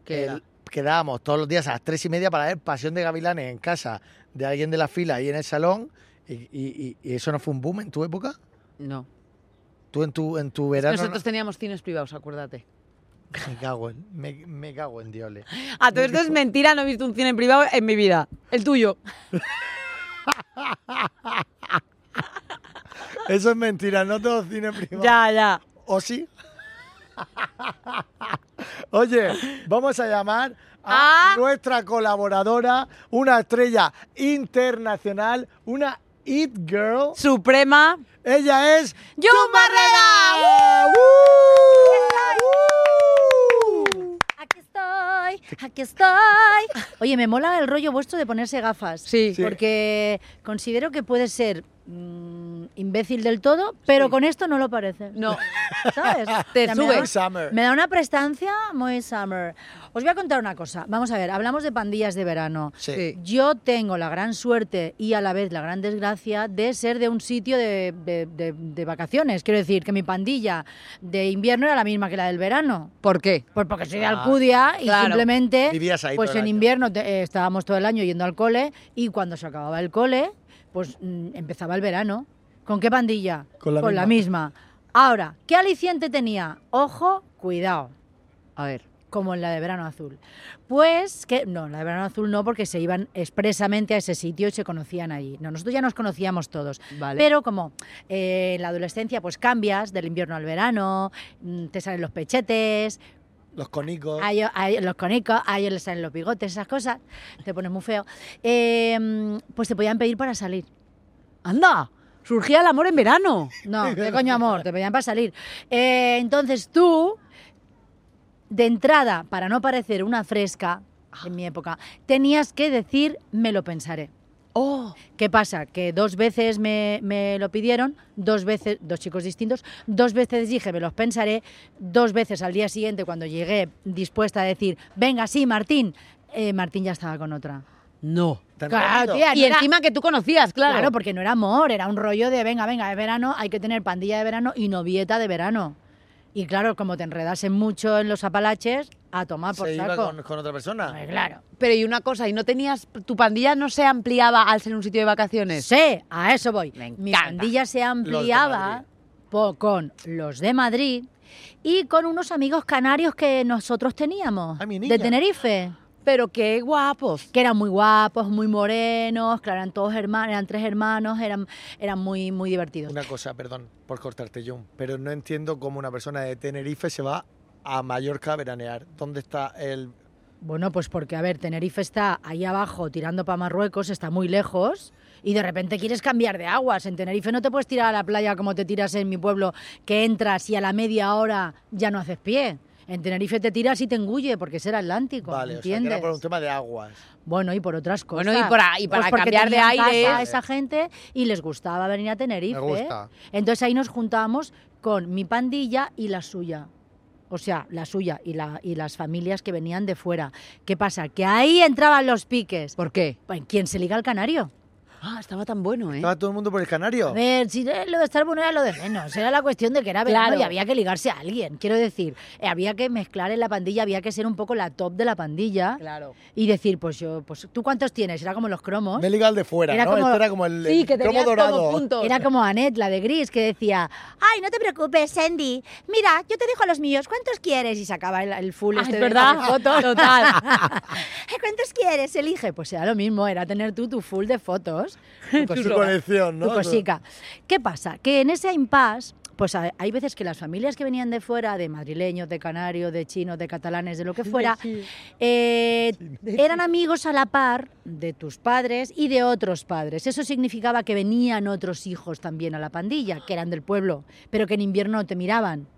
D: ¿Qué
B: el-
D: era?
B: quedábamos todos los días a las 3 y media para ver Pasión de Gavilanes en casa de alguien de la fila ahí en el salón. Y, y- y- y eso no fue un boom en tu época?
D: No.
B: ¿Tú en tu, en tu verano? no-
D: Nosotros teníamos cines privados, acuérdate.
B: <laughs> Me cago en, me, me cago en Diole.
D: A Ah, todo esto es mentira, no he visto un cine privado en mi vida. El tuyo.
B: Eso es mentira, no todo cine privado.
D: Ya, ya.
B: ¿O sí? <laughs> Oye, vamos a llamar a
D: A-
B: nuestra colaboradora, una estrella internacional, una It Girl.
D: Suprema.
B: Ella es.
D: ¡Jun Barrera!
B: ¡Uh!
E: Aquí estoy, aquí estoy. Oye, me mola el rollo vuestro de ponerse gafas.
D: Sí.
B: Sí.
E: Porque considero que puede ser mm, imbécil del todo, pero con esto no lo parece.
D: No.
E: ¿Sabes?
D: <laughs> Te
E: O sea,
D: sube.
E: Me da,
B: Muy summer.
E: me da una prestancia muy summer. Os voy a contar una cosa. Vamos a ver, hablamos de pandillas de verano.
B: Sí.
D: Sí.
E: Yo tengo la gran suerte y a la vez la gran desgracia de ser de un sitio de, de- de- de vacaciones. Quiero decir que mi pandilla de invierno era la misma que la del verano.
D: ¿Por qué?
E: Pues porque soy de
B: Ah,
E: Alcudia y
D: claro.
E: simplemente
B: Vivías ahí
E: pues
B: todo el
E: en
B: año.
E: invierno te- eh, estábamos todo el año yendo al cole y cuando se acababa el cole, pues mm, empezaba el verano. ¿Con qué pandilla?
B: Con la
E: misma. Ahora, ¿qué aliciente tenía? Ojo, cuidado,
D: A ver.
E: como en la de verano azul. Pues que no, en la de verano azul no porque se iban expresamente a ese sitio y se conocían allí. No, nosotros ya nos conocíamos todos.
D: Vale.
E: Pero como eh, en la adolescencia pues cambias del invierno al verano, mm, te salen los pechetes,
B: Los
F: Oh.
B: conicos.
E: a ellos- a ellos- los conicos, a ellos les salen los bigotes, esas cosas, te pones muy feo. Eh, pues te podían pedir para salir.
D: ¡Anda! Surgía el amor en verano.
E: No, qué coño amor, te pedían para salir. Eh, entonces tú, de entrada, para no parecer una fresca, en mi época, tenías que decir, me lo pensaré.
D: ¡Oh!
E: ¿Qué pasa? Que dos veces me, me lo pidieron, dos veces, dos chicos distintos, dos veces dije, me los pensaré, dos veces al día siguiente cuando llegué dispuesta a decir, venga, sí, Martín, eh, Martín ya estaba con otra.
D: No.
B: Tan
E: Claro,
B: rápido.
E: tía,
D: Y
E: no era-
D: encima que tú conocías, claro.
E: Claro. porque no era amor, era un rollo de, venga, venga, es verano, hay que tener pandilla de verano y novieta de verano. Y claro, como te enredasen mucho en los apalaches, a tomar por
B: se iba
E: saco.
B: con, con otra persona.
E: Pues claro.
D: Pero y una cosa, ¿y no tenías. tu pandilla no se ampliaba al ser un sitio de vacaciones?
E: Sí, a eso voy.
D: Me
E: Mi
D: encanta.
E: pandilla se
B: de
E: ampliaba
B: Madrid.
E: po- con los de Madrid y con unos amigos canarios que nosotros teníamos
B: Ah, mi niña.
E: de Tenerife.
D: Pero qué guapos.
E: que eran muy guapos, muy morenos, claro, eran todos hermanos, eran tres hermanos, eran, eran muy, muy divertidos.
B: Una cosa, perdón por cortarte, Jun, pero no entiendo cómo una persona de Tenerife se va a Mallorca a veranear. ¿Dónde está el...?
E: Bueno, pues porque, a ver, Tenerife está ahí abajo tirando para Marruecos, está muy lejos. Y de repente quieres cambiar de aguas. En Tenerife no te puedes tirar a la playa como te tiras en mi pueblo, que entras y a la media hora ya no haces pie. En Tenerife te tiras y te engulle porque es el Atlántico.
B: Vale, o sea, que
E: ¿entiendes?
B: era por un tema de aguas.
E: Bueno, y por otras cosas. Pues
D: Bueno, y para- y para
E: porque
D: cambiar de
E: tenían
D: aire.
E: casa a esa gente y les gustaba venir a Tenerife.
B: Me gusta.
E: Entonces ahí nos juntábamos con mi pandilla y la suya. O sea, la suya y, la, y las familias que venían de fuera. ¿Qué pasa? Que ahí entraban los piques.
D: ¿Por qué?
E: Pues, ¿Quién se liga al canario?
D: Ah, estaba tan bueno, ¿eh?
B: ¿Estaba todo el mundo por el
E: <laughs>
B: Canario?
E: A ver, si eh, lo de estar bueno era lo de menos. Era la cuestión de que era verano
D: Claro.
E: y había que ligarse a alguien. Quiero decir, eh, había que mezclar en la pandilla, había que ser un poco la top de la pandilla.
D: Claro.
E: Y decir, pues yo, pues tú cuántos tienes, era como los cromos.
B: Me he ligado al de fuera,
E: Era
B: ¿no?
E: como-
B: Este era como el,
D: Sí,
B: el
D: que
B: cromo
D: tenías
B: dorado.
D: todo junto.
E: Era como Anet, la de Gris, que decía, ay, no te preocupes, Sandy, mira, yo te dejo a los míos, ¿cuántos quieres? Y sacaba el, el full
D: Ah,
E: este
D: es
E: de
D: <laughs> verdad,
E: las fotos.
D: total.
E: "Ay, ¿Cuántos quieres? Elige. Pues era lo mismo, era tener tú tu full de fotos. Tu
B: Su
E: cosica.
B: colección, ¿no?
E: Tu cosica. pues, ¿Qué pasa? Que en ese impasse, pues hay hay veces que las familias que venían de fuera, de madrileños, de canarios, de chinos, de catalanes, de lo que fuera, eh, eran amigos a la par de tus padres y de otros padres. Eso significaba que venían otros hijos también a la pandilla, que eran del pueblo, pero que en invierno no te miraban,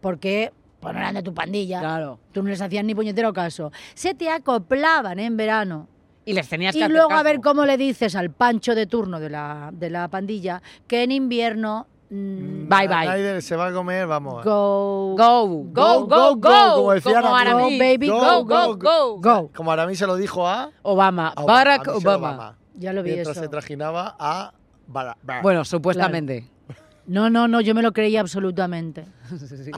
E: porque pues, no eran de tu pandilla.
D: Claro.
E: Tú no les hacías ni puñetero caso. Se te acoplaban en verano.
D: Y les tenías que
E: Y
D: hacer
E: luego a
D: caso.
E: ver cómo le dices al pancho de turno de la, de la pandilla que en invierno... mm,
D: Bye, bye.
B: Nadie se va a comer, vamos.
E: Go,
D: Go,
B: Go, go,
D: go, go, go.
B: go, como decía
D: Como
B: Ana
D: Aramis.
E: Go, baby,
B: go,
D: go, go, go.
E: go.
B: Como a mí se lo dijo a...
D: Obama.
B: a
D: Barack
B: a Michelle
D: Obama.
E: Ya lo vi
B: Mientras
E: eso.
B: se trajinaba a... Bara- Bara-
D: Bueno, supuestamente.
E: No, no, no, yo me lo creía absolutamente.
D: <laughs> Sí.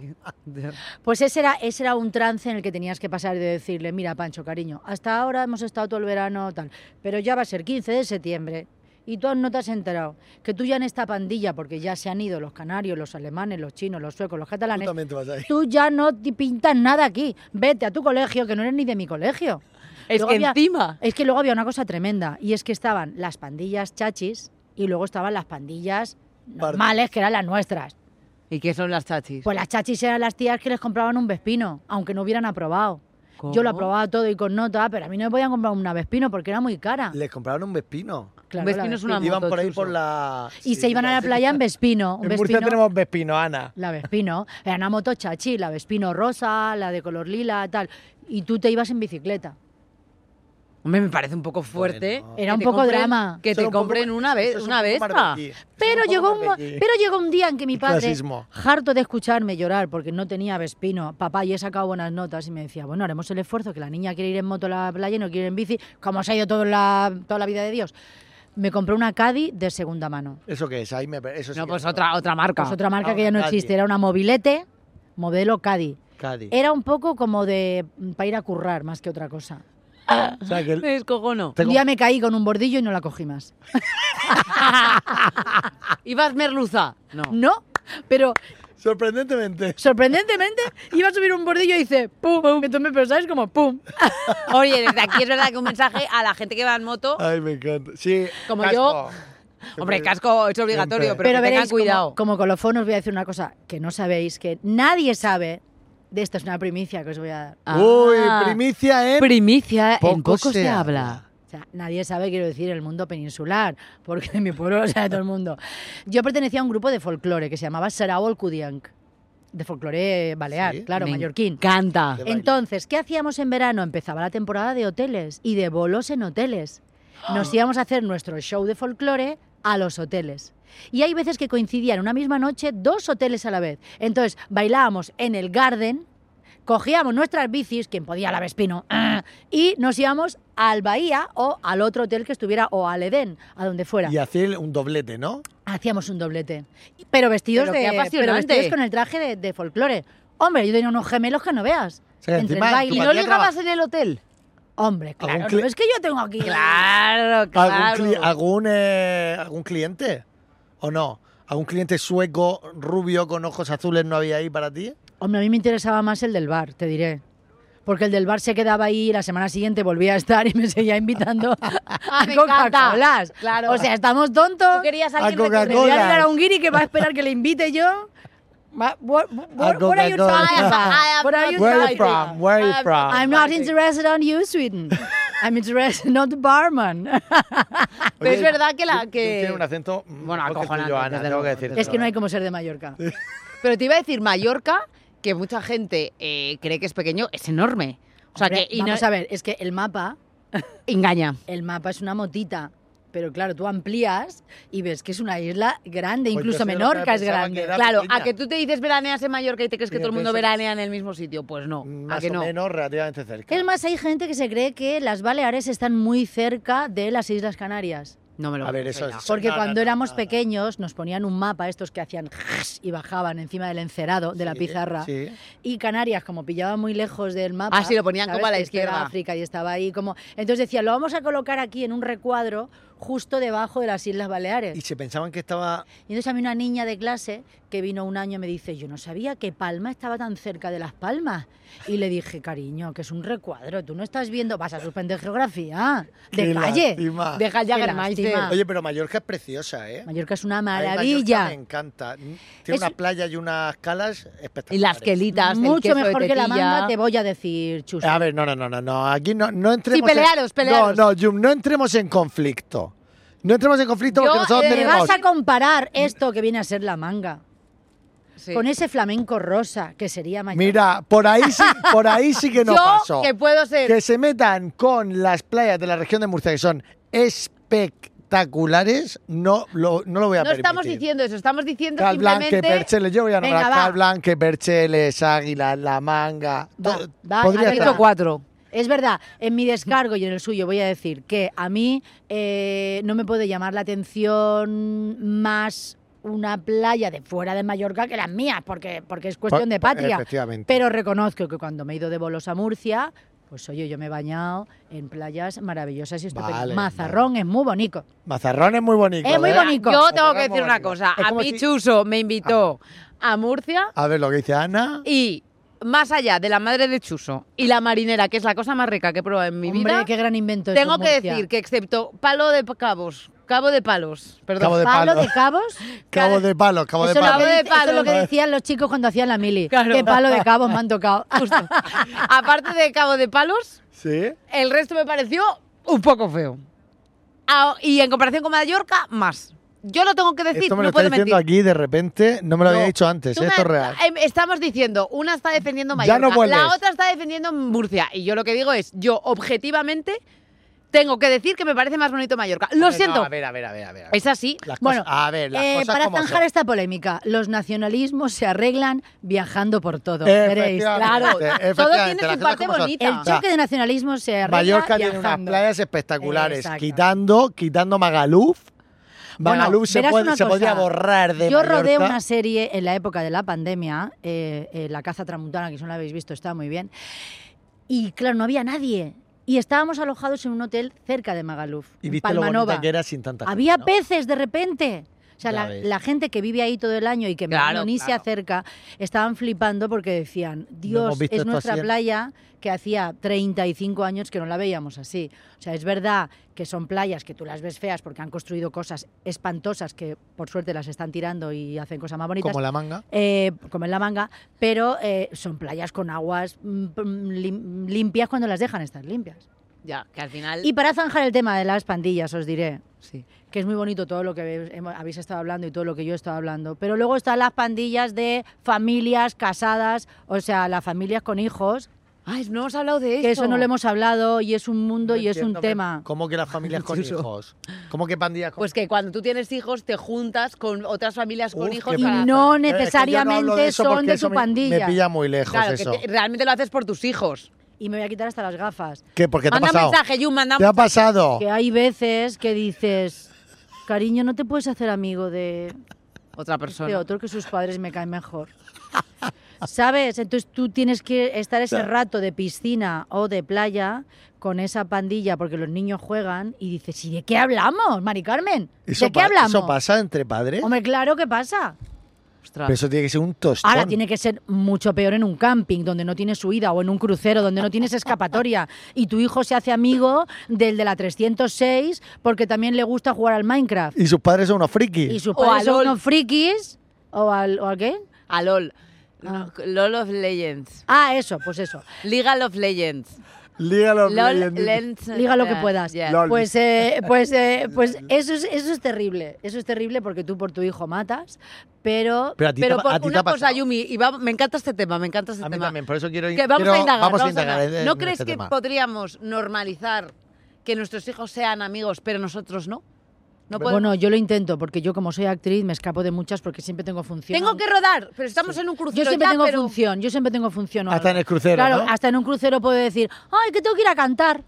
E: Pues ese era, ese era un trance en el que tenías que pasar de decirle, mira, Pancho, cariño, hasta ahora hemos estado todo el verano tal, pero ya va a ser 15 de septiembre y tú aún no te has enterado que tú ya en esta pandilla, porque ya se han ido los canarios, los alemanes, los chinos, los suecos, los
B: Tú
E: catalanes,
B: también te vas ahí.
E: tú ya no te pintas nada aquí. Vete a tu colegio, que no eres ni de mi colegio.
D: Es
E: Luego
D: que
E: había-
D: encima.
E: Es que luego había una cosa tremenda, y es que estaban las pandillas chachis y luego estaban las pandillas
B: Pardi.
E: normales, que eran las nuestras.
D: ¿Y qué son las chachis?
E: Pues las chachis eran las tías que les compraban un vespino, aunque no hubieran aprobado. Yo
D: ¿Cómo?
E: lo aprobaba todo y con nota, pero a mí no me podían comprar una vespino porque era muy cara.
B: Les compraron un vespino.
E: Claro,
D: vespino
E: la
D: es una-
B: Iban
D: moto,
B: por ahí
D: chuso.
B: por la...
E: Ah, Y
B: Sí,
E: se iban a la
B: sí.
E: playa en vespino. Un
B: En Murcia
E: vespino
B: tenemos vespino, Ana.
E: La vespino. Era una moto chachi, la vespino rosa, la de color lila, tal. Y tú te ibas en bicicleta.
D: Hombre, me parece un poco fuerte.
B: Bueno.
D: que
E: Era un
D: te
E: poco
D: compren-
E: drama.
D: Que
B: Eso
D: te
B: era un poco-
D: compren una vez,
B: eso es
D: una
B: un
D: vez.
B: poco marroquí, eso es un
E: ah. Pero
B: poco
E: llegó, un, mo-
B: marroquí.
E: pero llegó un día en que mi padre,
B: Clasismo.
E: harto de escucharme llorar porque no tenía Vespino, papá, y he sacado buenas notas, y me decía, bueno, haremos el esfuerzo, que la niña quiere ir en moto a la playa y no quiere ir en bici, como se ha ido toda la, toda la vida de Dios. Me compré una Caddy de segunda mano.
B: ¿Eso qué es? Ahí me, eso sí
D: No,
B: que
D: pues
B: no.
D: otra, otra marca.
E: Pues otra marca
B: Ah,
E: que ya no
B: Caddy.
E: existe, era una mobilete, modelo Caddy.
B: Cádiz.
E: Era un poco como de para ir a currar más que otra cosa.
B: O sea, que el-
D: Me descojono. <laughs>
B: Te
E: Un día me caí con un bordillo y no la cogí más.
D: Ibas merluza. No.
E: No, pero
B: Sorprendentemente.
E: sorprendentemente iba a subir un bordillo y hice pum, me tomé, pero sabes como pum.
D: Oye, desde aquí es verdad que un mensaje a la gente que va en moto.
B: Ay, me encanta. Sí.
D: Como
B: casco.
D: Hombre, casco es obligatorio,
B: Siempre.
D: pero, que tengan
E: veréis, como-
D: cuidado.
E: Como, colofón os voy a decir una cosa que no sabéis, que nadie sabe. De esto es una primicia que os voy a dar.
D: Ah.
B: Uy, primicia, ¿eh?
D: Primicia,
B: Poco
D: en poco se,
B: se
D: habla.
E: O sea, nadie sabe, quiero decir, el mundo peninsular, porque de mi pueblo lo sabe todo el mundo. Yo pertenecía a un grupo de folclore que se llamaba Sarao Kudiank, de folclore balear,
B: Sí,
E: claro,
D: Me
E: mallorquín.
D: Canta.
B: De baile.
E: Entonces, ¿qué hacíamos en verano? Empezaba la temporada de hoteles y de bolos en hoteles. Nos íbamos a hacer nuestro show de folclore a los hoteles. Y hay veces que coincidían una misma noche dos hoteles a la vez. Entonces, bailábamos en el garden, cogíamos nuestras bicis, quien podía la Vespino, ¡ah! y nos íbamos al Bahía o al otro hotel que estuviera o al Edén, a donde fuera.
B: Y hacer un doblete, ¿no?
E: Hacíamos un doblete. Pero vestidos,
D: Pero qué
E: de, pero
D: apasionante.
E: vestidos con el traje de, de folclore. Hombre, yo tenía unos gemelos que no veas.
B: O sea,
E: Entre el
B: encima,
E: baile
B: tu
E: y
B: patilla traba-
D: en el hotel?
E: Hombre, claro,
B: cli-
E: no, es que yo tengo aquí.
D: Claro, claro.
B: ¿Algún, cli- algún, eh, algún cliente? ¿O no? ¿Algún cliente sueco, rubio, con ojos azules no había ahí para ti?
E: Hombre, a mí me interesaba más el del bar, te diré. Porque el del bar se quedaba ahí y la semana siguiente volvía a estar y me seguía
D: <laughs>
E: invitando a
D: Ah, me
E: Coca-Colas.
D: encanta. Claro.
E: O sea, estamos tontos.
D: Tú querías
B: A
D: alguien de
E: Me voy a
B: Coca-Cola.
E: liar a un guiri que va a esperar que le invite yo. Va- what- what- what are you
B: Coca-Cola.
D: <laughs>
E: talking
D: Ah,
E: about? What are you
B: Where are you
E: talking about?
B: from? Where
E: Ah,
B: are you from?
E: I'm not interested on you, Sweden. I'm interested not the barman.
D: Pero es verdad que la-
B: tú- tú
D: que-
B: tienes un acento mm, mejor que
D: Bueno,
B: el
D: acojonante,
B: tuyo, Ana,
D: desde
B: tengo que
D: luego,
B: decirte. ¿eh?
E: es que no hay como ser de Mallorca.
D: Pero te iba a decir Mallorca, que mucha gente eh, cree que es pequeño, es enorme. O sea
E: Hombre,
D: que y no-
E: vamos a ver, es que el mapa
D: engaña.
E: el mapa es una motita. Pero claro, tú amplías y ves que es una isla grande,
B: Pues yo
E: incluso
B: sé lo que
E: Menorca es
B: pensaba que
E: grande.
B: era
D: Claro,
B: pequeña.
D: a que tú te dices veraneas en Mallorca y te crees que
B: Yo
D: todo el mundo
B: pienso-
D: veranea en el mismo sitio. Pues no, a
B: Más
D: que
B: o
D: no.
B: menos relativamente cerca.
E: Es más, hay gente que se cree que las Baleares están muy cerca de las Islas Canarias.
D: No me lo
B: A ver,
D: creo,
B: eso
D: ya.
B: es-
E: Porque
B: No, no,
E: cuando
B: no,
E: éramos
B: no, no.
E: pequeños nos ponían un mapa, estos que hacían y bajaban encima del encerado, de la
B: Sí,
E: pizarra.
B: Sí.
E: Y Canarias, como pillaba muy lejos del mapa.
D: Ah, sí, lo ponían como a la
E: Que esto era
D: izquierda.
E: África y estaba ahí como. Entonces decía, lo vamos a colocar aquí en un recuadro justo debajo de las Islas Baleares.
B: Y se pensaban que estaba
E: Y entonces a mí una niña de clase que vino un año me dice, yo no sabía que Palma estaba tan cerca de Las Palmas. Y le dije, cariño, que es un recuadro, tú no estás viendo, vas a suspender geografía, de
B: Qué
E: calle.
B: lástima.
D: Deja el
E: Qué
D: Jägermeister.
E: lástima.
B: Oye, pero Mallorca es preciosa, ¿eh?
E: Mallorca es una
B: A mí Mallorca
E: maravilla.
B: Me encanta. Tiene
E: Es-
B: una playa y unas calas espectaculares.
D: Y las quelitas, el
E: Mucho
D: queso de
E: mejor que la
D: tetilla.
E: manga, te voy a decir, chus.
B: Eh, A ver, no, no, no, no, no. Aquí no, no entremos.
D: pelearos, pelearos.
B: En... No, no, Jum, no entremos en conflicto. No entremos en conflicto porque
D: Yo,
B: nosotros
D: eh,
E: Te
B: tenemos.
E: vas a comparar esto que viene a ser la manga
D: Sí.
E: con ese flamenco rosa que sería Mallorca.
B: Mira, por ahí sí, por ahí sí
E: <laughs>
B: que no
D: Yo,
B: paso.
D: que puedo ser.
B: Que se metan con las playas de la región de Murcia que son espectaculares, no lo, no lo voy a
D: no
B: permitir.
D: estamos diciendo eso, estamos diciendo
B: Cal Blanque,
D: simplemente.
B: Percheles, yo voy a
E: Venga,
B: nombrar
E: va.
B: Cal Blanque, Percheles, Águila, La Manga.
E: Va,
B: to-
E: va,
B: podría
E: has
B: estar.
E: dicho
D: cuatro.
E: Es verdad, en mi descargo y en el suyo voy a decir que a mí eh, no me puede llamar la atención más una playa de fuera de Mallorca que las mías, porque, porque es cuestión
B: Por-
E: de patria.
B: Ah, Efectivamente.
E: Pero reconozco que cuando me he ido de bolos a Murcia, pues oye, yo me he bañado en playas maravillosas y estupendas.
B: Vale,
E: Mazarrón es muy bonito.
B: Mazarrón es muy bonito.
E: Es muy
B: ¿eh?
D: Mira,
E: bonito.
D: Yo
B: Otra
D: tengo que
B: vez
D: decir
B: muy
D: una
B: bonito.
D: cosa.
B: Es
D: A
B: como
D: mí
B: si-
D: Chuso me invitó a Murcia
B: A ver lo que dice Ana.
D: y más allá de la madre de Chuso y la marinera, que es la cosa más rica que he probado en mi
E: Hombre,
D: vida,
E: qué gran invento. es
D: tengo
E: en
D: que
E: Murcia.
D: decir que excepto palo de cabos, cabo de palos, perdón.
B: Cabo de
E: Palo
B: palo.
E: de cabos.
B: Cabo de palo, cabo de
E: Eso, es lo
B: palo.
E: que,
D: Cabo de
E: dice- eso es lo
D: palos.
E: que decían los chicos cuando hacían la mili.
D: Claro.
E: Qué palo de cabos me han tocado.
D: <laughs> Aparte de cabo de palos,
B: Sí.
D: el resto me pareció un poco feo. Ah, y en comparación con Mallorca, más. Yo lo tengo que decir,
B: Esto me lo
D: no
B: está
D: puedo mentir.
B: diciendo aquí de repente. No me lo había dicho antes.
D: Tú
B: ¿eh?
D: me-
B: Esto es real.
D: em, Estamos diciendo, una está defendiendo
B: Ya
D: Mallorca,
B: no vuelves.
D: la otra está defendiendo Murcia. Y yo lo que digo es, yo objetivamente tengo que decir que me parece más bonito Mallorca. Lo
B: Hombre, no,
D: siento.
B: a ver, a ver, a ver, a ver. a ver.
D: es así.
B: Las
E: Pues, Bueno,
B: cosas- a ver, las
E: Eh,
B: cosas
E: para
B: como
E: zanjar
B: son.
E: esta polémica, los nacionalismos se arreglan viajando por todo.
B: Efectivamente,
E: Veréis.
D: Claro,
B: efectivamente,
D: todo tiene
B: las
D: su
B: cosas
D: parte
B: como son.
D: bonita.
E: El
B: O sea,
E: choque de nacionalismos se arregla
B: Mallorca tiene unas
E: viajando.
B: playas espectaculares,
E: Exacto.
B: quitando, quitando Magaluf.
E: Bueno,
B: Magaluf se,
E: verás
B: puede-
E: una
B: se
E: cosa.
B: podría borrar de
E: Yo
B: Mallorca.
E: rodé una serie en la época de la pandemia, eh, eh, La caza tramuntana, que si no la habéis visto, está muy bien. Y claro, no había nadie. Y estábamos alojados en un hotel cerca de Magaluf,
B: y
E: en
B: viste lo
E: Palmanova.
B: bonita que era sin tanta gente,
E: había
B: ¿no?
E: peces de repente. O sea,
B: Ya
E: la,
B: ves.
E: la gente que vive ahí todo el año y que en
D: Claro,
E: verano ni se
D: claro.
E: acerca, estaban flipando porque decían,
B: hemos
E: Dios,
B: visto
E: es
B: esto
E: nuestra
B: así en-
E: playa que hacía 35 años que no la veíamos así. O sea, es verdad que son playas que tú las ves feas porque han construido cosas espantosas que por suerte las están tirando y hacen cosas más bonitas.
B: Como la manga.
E: eh, como en la manga, pero eh, son playas con aguas mm, mm, lim- limpias cuando las dejan estar limpias.
D: Ya, que al final.
E: Y para zanjar el tema de las pandillas, os diré que es muy bonito todo lo que hemos- habéis estado hablando y todo lo que yo he estado hablando. Pero luego están las pandillas de familias casadas, o sea, las familias con hijos,
D: Ay, no hemos hablado de eso.
E: que eso no lo hemos hablado y es un mundo
B: No
E: y es un
B: entiendo, pero
E: tema.
B: ¿Cómo que las familias con
D: Chuso.
B: hijos? ¿Cómo que pandillas con
D: Pues que cuando tú tienes hijos te juntas con otras familias con
B: Uf,
D: hijos
B: qué
E: Y
D: para...
B: pena. Eh, es que
E: no
B: yo no hablo
E: necesariamente
B: eso
E: son
B: porque
E: de
B: eso
E: tu
B: me- Me
E: pandilla.
B: pilla muy lejos
D: Claro, que
B: eso.
D: te- realmente lo haces por tus hijos.
E: Y me voy a quitar hasta las gafas.
B: ¿Qué? ¿Por qué te ha
D: manda
B: pasado?
D: un mensaje, Jun, manda un
B: ¿Te ha
D: mensaje.
B: pasado?
E: Que hay veces que dices, cariño, no te puedes hacer amigo de,
D: Otra
E: de
D: persona.
E: otro que sus padres me caen mejor. ¿Sabes? Entonces tú tienes que estar ese rato de piscina o de playa con esa pandilla porque los niños juegan y dices, ¿y de qué hablamos, Mari Carmen?
B: ¿Eso
E: ¿De qué
B: pa-
E: hablamos?
B: ¿Eso pasa entre padres?
E: Hombre, claro que pasa.
D: Ostras.
B: Pero eso tiene que ser un tostón.
E: Ahora tiene que ser mucho peor en un camping donde no tienes huida o en un crucero donde no
B: <laughs>
E: tienes escapatoria y tu hijo se hace amigo del de la 306 porque también le gusta jugar al Minecraft
B: Y sus padres son unos frikis.
E: y sus
D: O al
E: padres son
D: LOL.
E: unos frikis o al, o al qué?
D: A LOL.
E: Ah.
D: LOL of Legends.
E: Ah, eso, pues eso.
D: Legal of Legends.
B: Lígalo,
D: LOL
B: Leyenditas.
D: Legends.
E: Liga lo que puedas.
D: eh, Yeah.
B: LOL.
E: Pues, eh, pues, eh, pues eso, es, eso es terrible. Eso es terrible porque tú por tu hijo matas, pero.
B: Pero a ti
D: Pero
B: te,
D: por
B: a ti te
D: una
B: ha
D: cosa,
B: pasado.
D: Yumi, y va- me encanta este tema, me encanta este
B: A mí
D: tema.
B: también, por eso quiero ir.
D: Que vamos
B: quiero-
D: a indagar.
B: Vamos a
D: indagar.
B: indagar. en-
D: ¿No
B: en
D: crees
B: este
D: que
B: tema.
D: podríamos normalizar que nuestros hijos sean amigos, pero nosotros no? No podemos.
E: Bueno, yo lo intento porque yo, como soy actriz, me escapo de muchas porque siempre tengo función.
D: tengo que rodar, pero estamos en un crucero
E: Yo siempre
D: ya,
E: tengo
D: pero...
E: función, yo siempre tengo función. o
B: Hasta
E: algo.
B: en el crucero,
E: Claro,
B: ¿no?
E: hasta en un crucero puedo decir, ¡ay, que tengo que ir a cantar!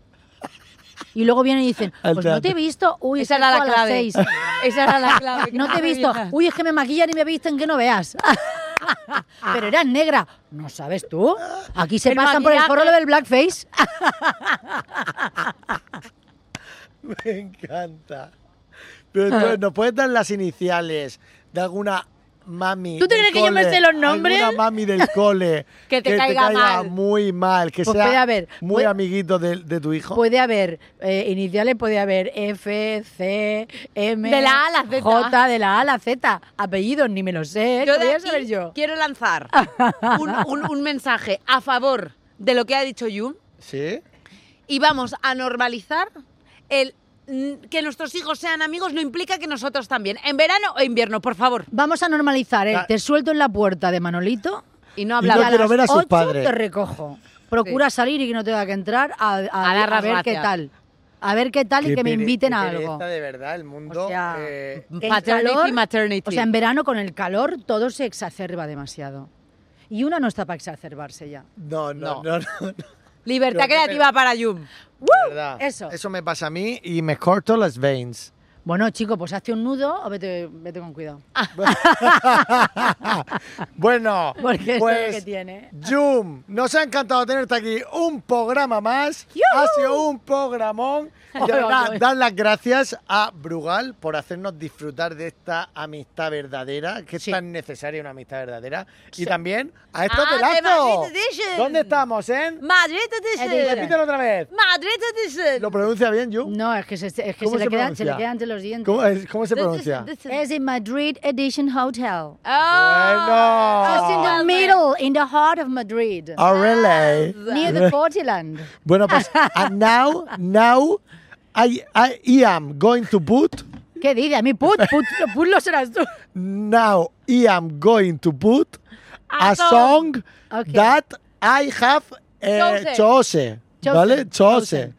E: Y luego vienen y dicen,
B: <laughs> Al
E: pues no te he
B: teatro.
E: visto, uy,
D: Esa
E: es que
D: era la
E: actúo a las
D: clave.
E: seis".
D: <laughs> Esa era la clave.
E: No te he visto, uy, es que me maquillan y me visten que no veas.
D: <laughs>
E: Pero eras negra, ¿no sabes tú? Aquí se
D: El
E: pasan por el
D: maquillaje.
E: foro del blackface.
B: <laughs>
D: Oh.
B: Me encanta. Pero entonces, ¿nos puedes dar las iniciales de alguna mami?
E: ¿Tú te
B: del
E: crees que yo me
B: cole?
E: sé los nombres?
B: Alguna mami del
E: <laughs>
B: cole.
D: Que te caiga mal.
B: muy mal, que
E: Pues puede
B: sea
E: haber.
B: muy
E: Puede-
B: amiguito de, de tu hijo.
E: <laughs> Puede haber eh, iniciales, puede haber F, C, M,
D: De la A a la Z.
E: J, de la A a la Z. Apellidos ni me lo sé,
D: Yo
E: ¿qué voy
D: de
E: a
D: aquí
E: saber yo?
D: quiero lanzar un, un- un mensaje a favor de lo que ha dicho Yum
B: ¿Sí?
D: y vamos a normalizar el mm, que nuestros hijos sean amigos no implica que nosotros también. En verano o invierno, por favor.
E: Vamos a normalizar el
B: Ah.
E: te suelto en la puerta de Manolito
D: Y no
B: Y
E: y
B: Claro.
E: a
D: hablaba.
B: quiero
E: las
B: ver a sus
E: 8
B: padres.
E: te recojo. Procura salir y que no tenga que entrar a, a-
D: A dar las
E: a ver qué
D: gracias.
E: tal. A ver qué tal y que me inviten a algo.
B: de verdad, el mundo.
E: O sea,
B: eh,
E: El
D: Paternity,
E: calor-
D: maternity.
E: O sea, en verano con el calor todo se exacerba demasiado. Y una no está para exacerbarse ya.
B: no, no, no, no, no,
D: Libertad
B: Pero qué
D: creativa para Yum.
B: de verdad.
E: Eso.
B: Eso me pasa a mí y me corto las <laughs> veins.
E: Bueno, chico, pues hazte un nudo o vete, vete con cuidado.
B: bueno,
E: Porque es
B: pues
E: lo que tiene.
B: Jum, nos ha encantado tenerte aquí un programa más. Ha sido un programón. Y de verdad, dar las gracias a Brugal por hacernos disfrutar de esta amistad verdadera, que
E: Sí.
B: es tan necesaria una amistad verdadera. Y también a estos
D: Ah, de
B: pelazos.
D: Madrid Edition.
B: ¿Dónde estamos, eh?
D: Madrid
E: Edition.
B: Repítelo otra vez.
D: Madrid Edition.
B: ¿Lo pronuncia bien, Jum?
E: No, es que se, es que
B: ¿Cómo
E: se le
B: se
E: quedan, se le
B: pronuncia?
E: quedan entre los dientes.
B: ¿Cómo, es- cómo se pronuncia?
E: Es en Madrid Edition Hotel.
B: Eh,
D: Ah,
E: Just in
B: Bueno.
E: the middle, in the heart of Madrid.
B: Ah. Aurelay.
E: Near the Portland.
B: Bueno, pues and now, now I, I, I am going to put
E: ¿Qué dices? A mí, put, put, put lo serás tú.
B: now I am going to put a, song,
E: Okay.
B: that I have eh,
D: Chose.
F: eh,
B: chose, ¿vale?
E: Chosen,
B: Chose.
E: chosen.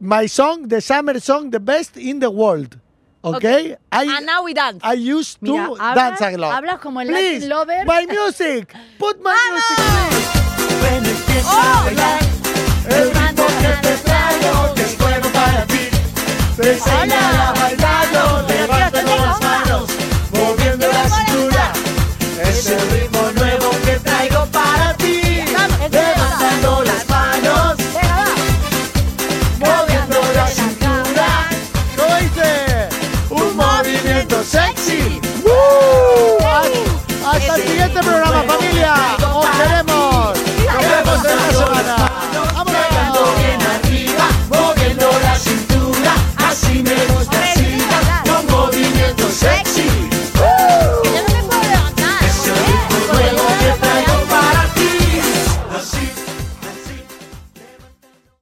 F: My song, the summer song, the best in the world. Okay?
D: Okay.
F: I,
D: And now we dance.
F: I used to
E: Mira, hablas-
F: dance a lot.
E: hablas como el
F: Please,
E: Latin lover.
F: My music. Put
E: <laughs>
F: my music, please. El ritmo que te traigo, que es bueno para ti. Te enseña a bailarlo, levántalo las manos, moviendo la cintura. Es el ritmo nuevo que traigo para ti. Levantando las manos, moviendo la cintura. ¿Cómo dice? Un movimiento sexy. ¡Woo! Hasta el siguiente programa, familia. Os queremos. Nos vemos en la semana.